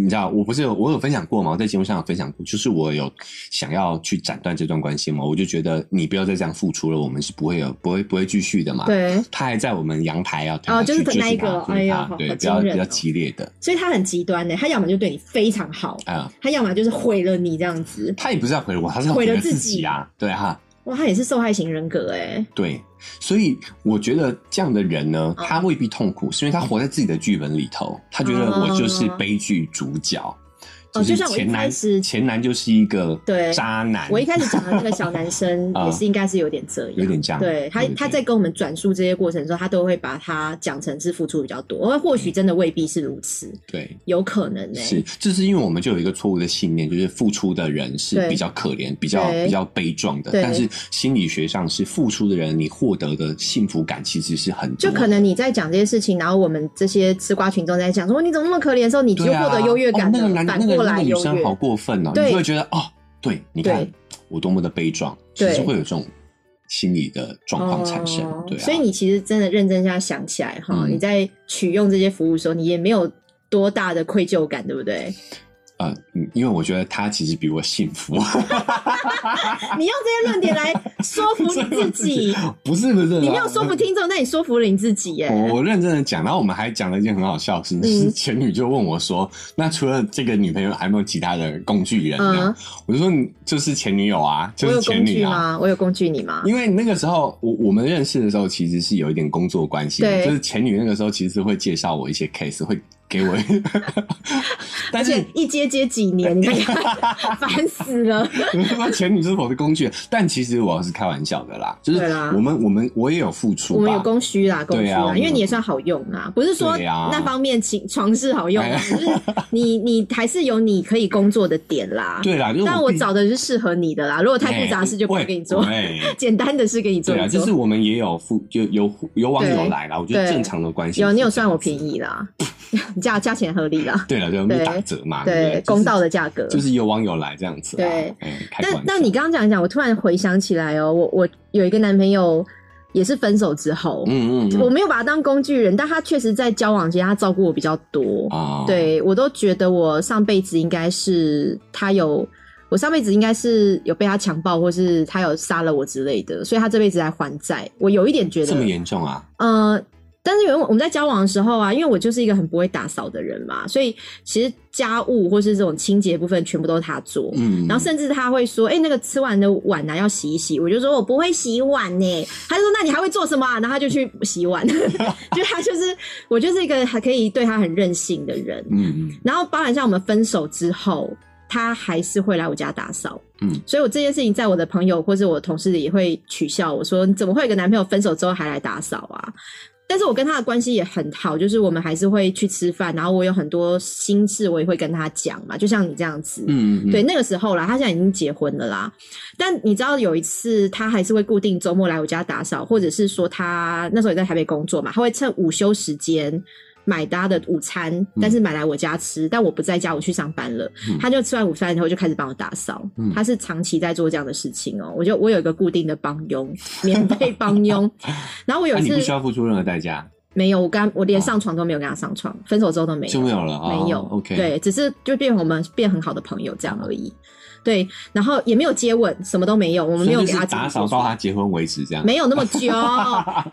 Speaker 2: 你知道，我不是有我有分享过嘛，我在节目上有分享过，就是我有想要去斩断这段关系嘛，我就觉得你不要再这样付出了，我们是不会有不会不会继续的嘛。
Speaker 1: 对，
Speaker 2: 他还在我们阳台啊，
Speaker 1: 哦就是
Speaker 2: 他去
Speaker 1: 那一
Speaker 2: 追他
Speaker 1: 个
Speaker 2: 追
Speaker 1: 哎呀
Speaker 2: 他
Speaker 1: 好
Speaker 2: 对，
Speaker 1: 好
Speaker 2: 比较
Speaker 1: 惊
Speaker 2: 比
Speaker 1: 人
Speaker 2: 较
Speaker 1: 哦
Speaker 2: 激烈的
Speaker 1: 所以他很极端的，他要么就对你非常好，
Speaker 2: 啊、
Speaker 1: 他要么就是毁了你这样子。
Speaker 2: 他也不是要毁了我，他是要
Speaker 1: 毁
Speaker 2: 毁
Speaker 1: 了
Speaker 2: 了
Speaker 1: 自
Speaker 2: 自
Speaker 1: 己
Speaker 2: 己啊，对哈、
Speaker 1: 哇，他也是受害型人格哎。
Speaker 2: 对，所以我觉得这样的人呢，
Speaker 1: 嗯
Speaker 2: 他未必痛苦，是因为他活在自己的剧本里头，他觉得我就是悲剧主角。
Speaker 1: 哦
Speaker 2: 是
Speaker 1: 就像我一
Speaker 2: 前男
Speaker 1: 开始
Speaker 2: 前男就是一个
Speaker 1: 对
Speaker 2: 渣男，
Speaker 1: 我一开始讲的那个小男生
Speaker 2: 啊
Speaker 1: 也是应该是有点这样，
Speaker 2: 有点这样
Speaker 1: 对他
Speaker 2: 对对
Speaker 1: 他在跟我们转述这些过程的时候，他都会把他讲成是付出比较多，而或许真的未必是如此，
Speaker 2: 对。
Speaker 1: 有可能欸呢、
Speaker 2: 嗯是，这是因为我们就有一个错误的信念，就是付出的人是
Speaker 1: 对
Speaker 2: 比较可怜、比较
Speaker 1: 对
Speaker 2: 比较悲壮的。
Speaker 1: 对
Speaker 2: 但是心理学上是付出的人，你获得的幸福感其实是很多
Speaker 1: 就
Speaker 2: 的
Speaker 1: 可能你在讲这些事情，然后我们这些吃瓜群众在讲说你怎么那么可怜的时候，你就
Speaker 2: 对啊
Speaker 1: 获得优越感
Speaker 2: 哦
Speaker 1: 了，
Speaker 2: 那个男
Speaker 1: 反
Speaker 2: 那
Speaker 1: 过
Speaker 2: 个那
Speaker 1: 来
Speaker 2: 个女
Speaker 1: 优
Speaker 2: 生
Speaker 1: 越。
Speaker 2: 好过分哦，你
Speaker 1: 对
Speaker 2: 就会觉得哦，对，你看
Speaker 1: 对
Speaker 2: 我多么的悲壮，其实
Speaker 1: 对
Speaker 2: 会有这种心理的状况产生。
Speaker 1: 哦
Speaker 2: 对啊，
Speaker 1: 所以你其实真的认真下想起来哈，
Speaker 2: 嗯
Speaker 1: 你在取用这些服务的时候，你也没有多大的愧疚感，对不对？
Speaker 2: 呃，嗯因为我觉得他其实比我幸福，
Speaker 1: 哦
Speaker 2: 啊
Speaker 1: 你用这些论点来说 服你自己，
Speaker 2: 不是不是，啊
Speaker 1: 你没有说服听众，但你说服了你自己耶。
Speaker 2: 我我认真的讲，然后我们还讲了一件很好笑的事情，
Speaker 1: 嗯
Speaker 2: 前女就问我说：“那除了这个女朋友，还有没有其他的工具人呢？”我就说你：“就是前女友啊，
Speaker 1: 嗯
Speaker 2: 就
Speaker 1: 我
Speaker 2: 是
Speaker 1: 有
Speaker 2: 前
Speaker 1: 工
Speaker 2: 女
Speaker 1: 具
Speaker 2: 啊。”
Speaker 1: 吗？我有工具你吗？
Speaker 2: 因为那个时候，我我们认识的时候，其实是有一点工作关系的，
Speaker 1: 对
Speaker 2: 就是前女那个时候其实会介绍我一些 case，会给 我，但
Speaker 1: 而
Speaker 2: 是
Speaker 1: 且一接接几年，你 看烦死了。
Speaker 2: 你说前女是我的工具，但其实我是开玩笑的啦，就是
Speaker 1: 对啦
Speaker 2: 我们我们我也有付出吧，
Speaker 1: 我们有供需啦，供需
Speaker 2: 对啊我
Speaker 1: 啦，
Speaker 2: 们
Speaker 1: 因为你也算好用啊，不是说
Speaker 2: 对啊哎
Speaker 1: 那方面情床是好用啊，就是你你还是有你可以工作的点啦。
Speaker 2: 对啦，就是
Speaker 1: 但我
Speaker 2: 必
Speaker 1: 找的是适合你的啦，如果太复杂的事就
Speaker 2: 哎
Speaker 1: 不会给你做，
Speaker 2: 对。对
Speaker 1: 简单的事给你做
Speaker 2: 对啊，
Speaker 1: 一做。
Speaker 2: 就是我们也有付，就有有往有
Speaker 1: 哦对
Speaker 2: 来啦。我觉得
Speaker 1: 对
Speaker 2: 正常的关系
Speaker 1: 有你有算我
Speaker 2: 宜。
Speaker 1: 便宜啦， 价价钱合理啦，
Speaker 2: 对了，对，我们就
Speaker 1: 对
Speaker 2: 打折嘛，对不
Speaker 1: 对
Speaker 2: 对，
Speaker 1: 公道的价格。
Speaker 2: 就是就是有往有来这样子啊。
Speaker 1: 对
Speaker 2: 嗯，开
Speaker 1: 但
Speaker 2: 玩
Speaker 1: 但
Speaker 2: 笑
Speaker 1: 你刚刚讲一讲，我突然回想起来哦，我我有一个男朋友也是分手之后，
Speaker 2: 嗯嗯嗯
Speaker 1: 我没有把他当工具人，但他确实在交往间他照顾我比较多，
Speaker 2: 啊，
Speaker 1: 对我都觉得我上辈子应该是他有，我上辈子应该是有被他强暴，或是他有杀了我之类的，所以他这辈子来还债。我有一点觉
Speaker 2: 这么
Speaker 1: 得，
Speaker 2: 严重啊？
Speaker 1: 呃，但是因为我们在交往的时候啊，因为我就是一个很不会打扫的人嘛，所以其实家务或是这种清洁部分全部都是他做。
Speaker 2: 嗯，
Speaker 1: 然后甚至他会说：“哎、那个吃完的碗呢、啊，要洗一洗。”我就说：“我不会洗碗呢、他就说：“那你还会做什么、啊？”然后他就去洗 碗。就他就是我就是一个还可以对他很任性的人。
Speaker 2: 嗯嗯
Speaker 1: 然后包含像我们分手之后，他还是会来我家打扫。
Speaker 2: 嗯，
Speaker 1: 所以我这件事情在我的朋友或是我同事也会取笑我说，你怎么会有个男朋友分手之后还来打扫啊？但是我跟他的关系也很好，就是我们还是会去吃饭，然后我有很多心事我也会跟他讲嘛，就像你这样子。
Speaker 2: 嗯嗯，
Speaker 1: 对，，那个时候啦，他现在已经结婚了啦。但你知道有一次，他还是会固定周末来我家打扫，或者是说他那时候也在台北工作嘛，他会趁午休时间买他的午餐，但是买来我家吃，但我不在家，我去上班了。
Speaker 2: 嗯
Speaker 1: 他就吃完午饭以后就开始帮我打扫，
Speaker 2: 嗯
Speaker 1: 他是长期在做这样的事情哦、我就我有一个固定的帮佣，免费帮 佣。然后我有
Speaker 2: 那
Speaker 1: 一
Speaker 2: 啊你不需
Speaker 1: 次、
Speaker 2: 要付出任何代价，
Speaker 1: 没有，我跟他我连
Speaker 2: 哦
Speaker 1: 上床都没有跟他上床，分手之后都没有
Speaker 2: 就没有了啊？
Speaker 1: 没有、
Speaker 2: ，OK，，
Speaker 1: 对，只是就变我们变很好的朋友这样而已。对，然后也没有接吻，什么都没有，我们没有
Speaker 2: 所
Speaker 1: 给
Speaker 2: 以就是
Speaker 1: 他
Speaker 2: 打
Speaker 1: 自己做
Speaker 2: 扫
Speaker 1: 出来
Speaker 2: 到他结婚为止这样。
Speaker 1: 没有那么久，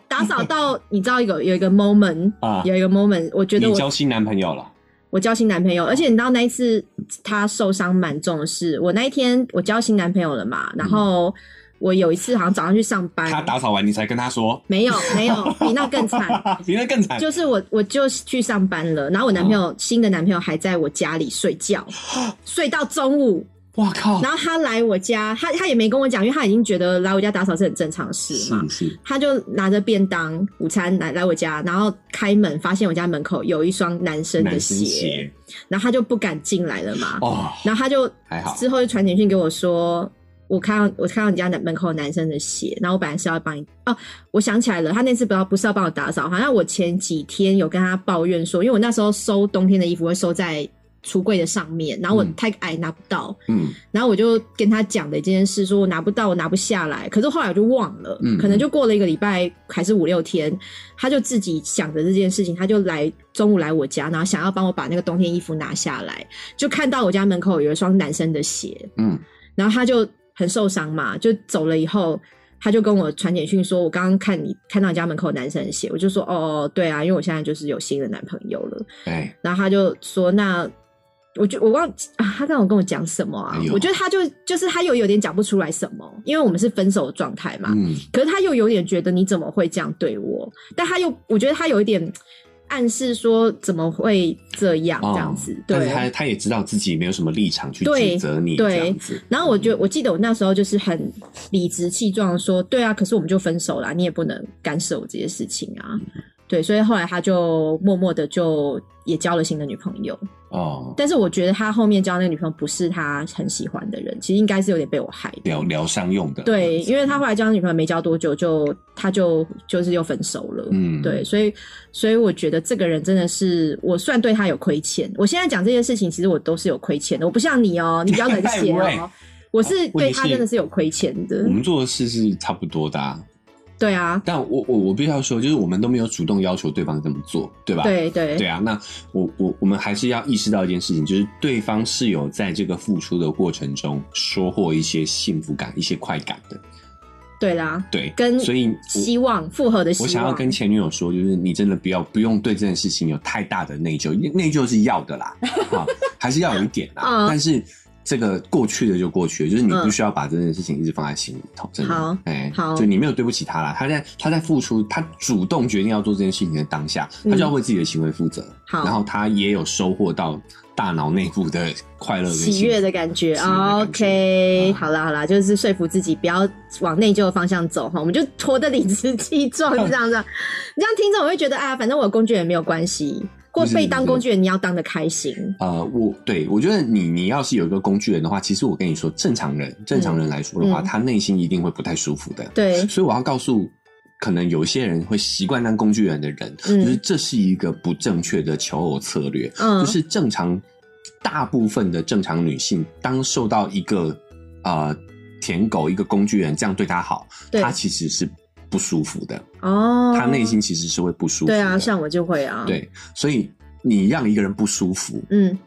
Speaker 1: 打扫到你知道有有一个 moment，、
Speaker 2: 啊
Speaker 1: 有一个 moment，我觉得
Speaker 2: 你
Speaker 1: 我
Speaker 2: 交新男朋友了，
Speaker 1: 我交新男朋友，而且你知道那一次他受伤蛮重的是，我那一天我交新男朋友了嘛，然后我有一次好像早上去上班，
Speaker 2: 他打扫完你才跟 他说，
Speaker 1: 没有没有比那更惨，
Speaker 2: 比那更惨。
Speaker 1: 就是我我就去上班了，然后我男朋友、新的男朋友还在我家里睡觉，
Speaker 2: 哦
Speaker 1: 睡到中午，
Speaker 2: 哇靠！
Speaker 1: 然后他来我家，他他也没跟我讲，因为他已经觉得来我家打扫是很正常的事嘛
Speaker 2: 是。是，
Speaker 1: 他就拿着便当、午餐来来我家，然后开门发现我家门口有一双男生的
Speaker 2: 男
Speaker 1: 鞋，
Speaker 2: 生鞋
Speaker 1: 然后他就不敢进来了嘛。
Speaker 2: 哦，
Speaker 1: 然后他就
Speaker 2: 还好
Speaker 1: 之后就传简讯给我说，我看到我看到你家门口男生的鞋，然后我本来是要帮你哦，我想起来了，他那次不要不是要帮我打扫，好像我前几天有跟他抱怨说，因为我那时候收冬天的衣服会收在橱柜的上面，然后我
Speaker 2: 嗯
Speaker 1: 太矮拿不到，
Speaker 2: 嗯
Speaker 1: 然后我就跟他讲的一件事，说我拿不到，我拿不下来。可是后来我就忘了，
Speaker 2: 嗯
Speaker 1: 可能就过了一个礼拜还是五六天，他就自己想着这件事情，他就来中午来我家，然后想要帮我把那个冬天衣服拿下来，就看到我家门口有一双男生的鞋，
Speaker 2: 嗯，
Speaker 1: 然后他就很受伤嘛，就走了以后。他就跟我传简讯说，我刚刚看你看到你家门口的男生的鞋，我就说哦，对啊，因为我现在就是有新的男朋友了。
Speaker 2: 哎，
Speaker 1: 然后他就说：“那我就我忘记啊，他刚我跟我讲什么啊？
Speaker 2: 哎呦
Speaker 1: 我觉得他就就是他又有点讲不出来什么，因为我们是分手的状态嘛。
Speaker 2: 嗯，
Speaker 1: 可是他又有点觉得你怎么会这样对我？但他又我觉得他有一点暗示说怎么会这样
Speaker 2: 哦
Speaker 1: 这样子，
Speaker 2: 但是
Speaker 1: 对。
Speaker 2: 他他也知道自己没有什么立场去
Speaker 1: 对
Speaker 2: 指责你
Speaker 1: 对
Speaker 2: 这样子，
Speaker 1: 然后我就我记得我那时候就是很理直气壮地说，对啊，可是我们就分手啦，你也不能干涉我这些事情啊。
Speaker 2: 嗯
Speaker 1: 对，所以后来他就默默的就也交了新的女朋友，
Speaker 2: 哦，
Speaker 1: 但是我觉得他后面交那个女朋友不是他很喜欢的人，其实应该是有点被我害的。
Speaker 2: 疗疗伤用的，
Speaker 1: 对，因为他后来交那女朋友没交多久就，他就就是又分手了。
Speaker 2: 嗯
Speaker 1: 对，所以所以我觉得这个人真的是，我算对他有亏欠。我现在讲这些事情，其实我都是有亏欠的。我不像你 哦、你比较冷血哦、
Speaker 2: 喂
Speaker 1: 我是
Speaker 2: 问
Speaker 1: 对
Speaker 2: 题
Speaker 1: 他
Speaker 2: 是
Speaker 1: 真的是有亏欠的
Speaker 2: 我。们做的事是差不多的、啊，
Speaker 1: 对啊，
Speaker 2: 但我我我必须要说，就是我们都没有主动要求对方这么做，对吧？
Speaker 1: 对对
Speaker 2: 对啊，那我我我们还是要意识到一件事情，就是对方是有在这个付出的过程中收获一些幸福感、一些快感的，
Speaker 1: 对啦，
Speaker 2: 对，
Speaker 1: 跟
Speaker 2: 所以
Speaker 1: 希望复合的希
Speaker 2: 我
Speaker 1: 望。
Speaker 2: 想要跟前女友说，就是你真的不要不用对这件事情有太大的内疚，内疚是要的 啦，啊，还是要有一点
Speaker 1: 嗯
Speaker 2: 啦，但是这个过去的就过去了，就是你
Speaker 1: 嗯
Speaker 2: 不需要把这件事情一直放在心里头，真的，
Speaker 1: 好
Speaker 2: 哎、
Speaker 1: 好
Speaker 2: 就你没有对不起他啦，他在他在付出，他主动决定要做这件事情的当下，他就要为自己的行为负责，
Speaker 1: 嗯好
Speaker 2: 然后他也有收获到大脑内部的快乐跟
Speaker 1: 喜悦的感觉
Speaker 2: 喜悦的感觉
Speaker 1: OK，、
Speaker 2: 嗯
Speaker 1: 好啦好啦，就是说服自己不要往内疚的方向走哈，我们就拖得理直气 壮这样这样，这样听着我会觉得啊，反正我有工具人没有关系，或
Speaker 2: 不是
Speaker 1: 被当
Speaker 2: 不是
Speaker 1: 工具人你要当的开心，
Speaker 2: 呃，我对我觉得你你要是有一个工具人的话，其实我跟你说，正常人正常人来说的话，
Speaker 1: 嗯
Speaker 2: 他内心一定会不太舒服的。
Speaker 1: 对
Speaker 2: 所以我要告诉，可能有些人会习惯当工具人的人，
Speaker 1: 嗯
Speaker 2: 就是这是一个不正确的求偶策略，
Speaker 1: 嗯
Speaker 2: 就是正常大部分的正常女性，当受到一个呃舔狗一个工具人这样对她好，
Speaker 1: 对
Speaker 2: 她其实是不舒服的，
Speaker 1: 哦，
Speaker 2: 她内心其实是会不舒服的。
Speaker 1: 对啊，像我就会啊，，
Speaker 2: 对，所以你让一个人不舒服，
Speaker 1: 嗯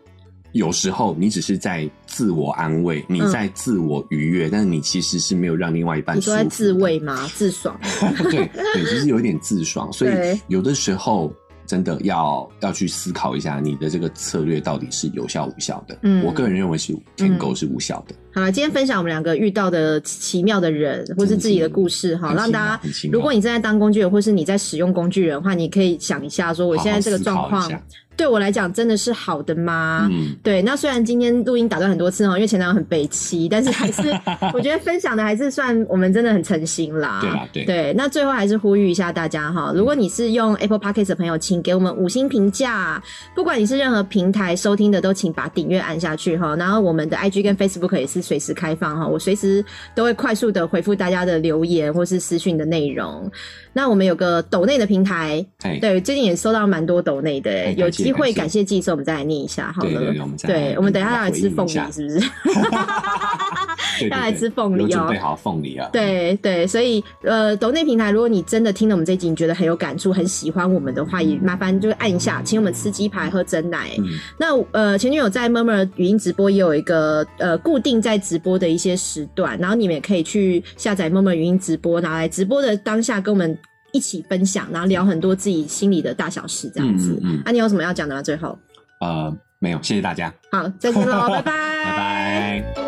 Speaker 2: 有时候你只是在自我安慰，你在自我愉悦，但是你其实是没有让另外一
Speaker 1: 嗯
Speaker 2: 半
Speaker 1: 你
Speaker 2: 舒
Speaker 1: 说
Speaker 2: 服
Speaker 1: 在
Speaker 2: 的。
Speaker 1: 自慰吗？自爽，
Speaker 2: 对对，就是有一点自爽，所以
Speaker 1: 对
Speaker 2: 有的时候真的要要去思考一下你的这个策略到底是有效无效的。
Speaker 1: 嗯
Speaker 2: 我个人认为是舔狗是无效的，
Speaker 1: 好了，今天分享我们两个遇到的奇妙的人，或是自己的故事哈，
Speaker 2: 很奇
Speaker 1: 让大
Speaker 2: 妙
Speaker 1: 家
Speaker 2: 很哦奇，妙
Speaker 1: 如果你正在当工具人，或是你在使用工具人的话，你可以想一下，说我
Speaker 2: 好好
Speaker 1: 现在这个
Speaker 2: 思
Speaker 1: 状
Speaker 2: 考一
Speaker 1: 况啊
Speaker 2: 下
Speaker 1: 对我来讲真的是好的吗？
Speaker 2: 嗯，
Speaker 1: 对，那虽然今天录音打断很多次哦哈，因为前男友很悲戚，但是还是 我觉得分享的还是算我们真的很诚心啦。
Speaker 2: 对啦，对，
Speaker 1: 啊
Speaker 2: 嗯
Speaker 1: 对，那最后还是呼吁一下大家哈，如果你是用 Apple Podcast 的朋友，请给我们五星评价。不管你是任何平台收听的，都请把订阅按下去哈。然后我们的 IG 跟 Facebook 也是随时开放哈，我随时都会快速的回复大家的留言或是私讯的内容。那我们有个抖内的平台，
Speaker 2: 哎，
Speaker 1: 对，最近也收到蛮多抖内的、
Speaker 2: 哎
Speaker 1: 有
Speaker 2: 感谢
Speaker 1: 机会
Speaker 2: 感谢
Speaker 1: 感谢寄时候我们再来念一下好了。
Speaker 2: 对对对我们再
Speaker 1: 对
Speaker 2: 来
Speaker 1: 我们等一下
Speaker 2: 跟
Speaker 1: 要
Speaker 2: 大家
Speaker 1: 来吃凤
Speaker 2: 回应一
Speaker 1: 梨，
Speaker 2: 下
Speaker 1: 是不是？
Speaker 2: 对对
Speaker 1: 要来
Speaker 2: 对
Speaker 1: 吃凤梨
Speaker 2: 有准
Speaker 1: 哦
Speaker 2: 备好凤梨啊，，
Speaker 1: 对对，所以呃，抖内平台，如果你真的听了我们这集，你觉得很有感触，很喜欢我们的话，也麻烦就按一下，请我们吃鸡排、喝真奶。
Speaker 2: 嗯，
Speaker 1: 那呃，前女友在 Murmur 语音直播也有一个呃固定在直播的一些时段，然后你们也可以去下载 Murmur 语音直播，拿来直播的当下跟我们一起分享，然后聊很多自己心里的大小事这样子。
Speaker 2: 嗯嗯嗯
Speaker 1: 啊，你有什么要讲的吗？最后，
Speaker 2: 呃，没有，谢谢大家，
Speaker 1: 好，再见喽，拜拜，拜
Speaker 2: 拜拜。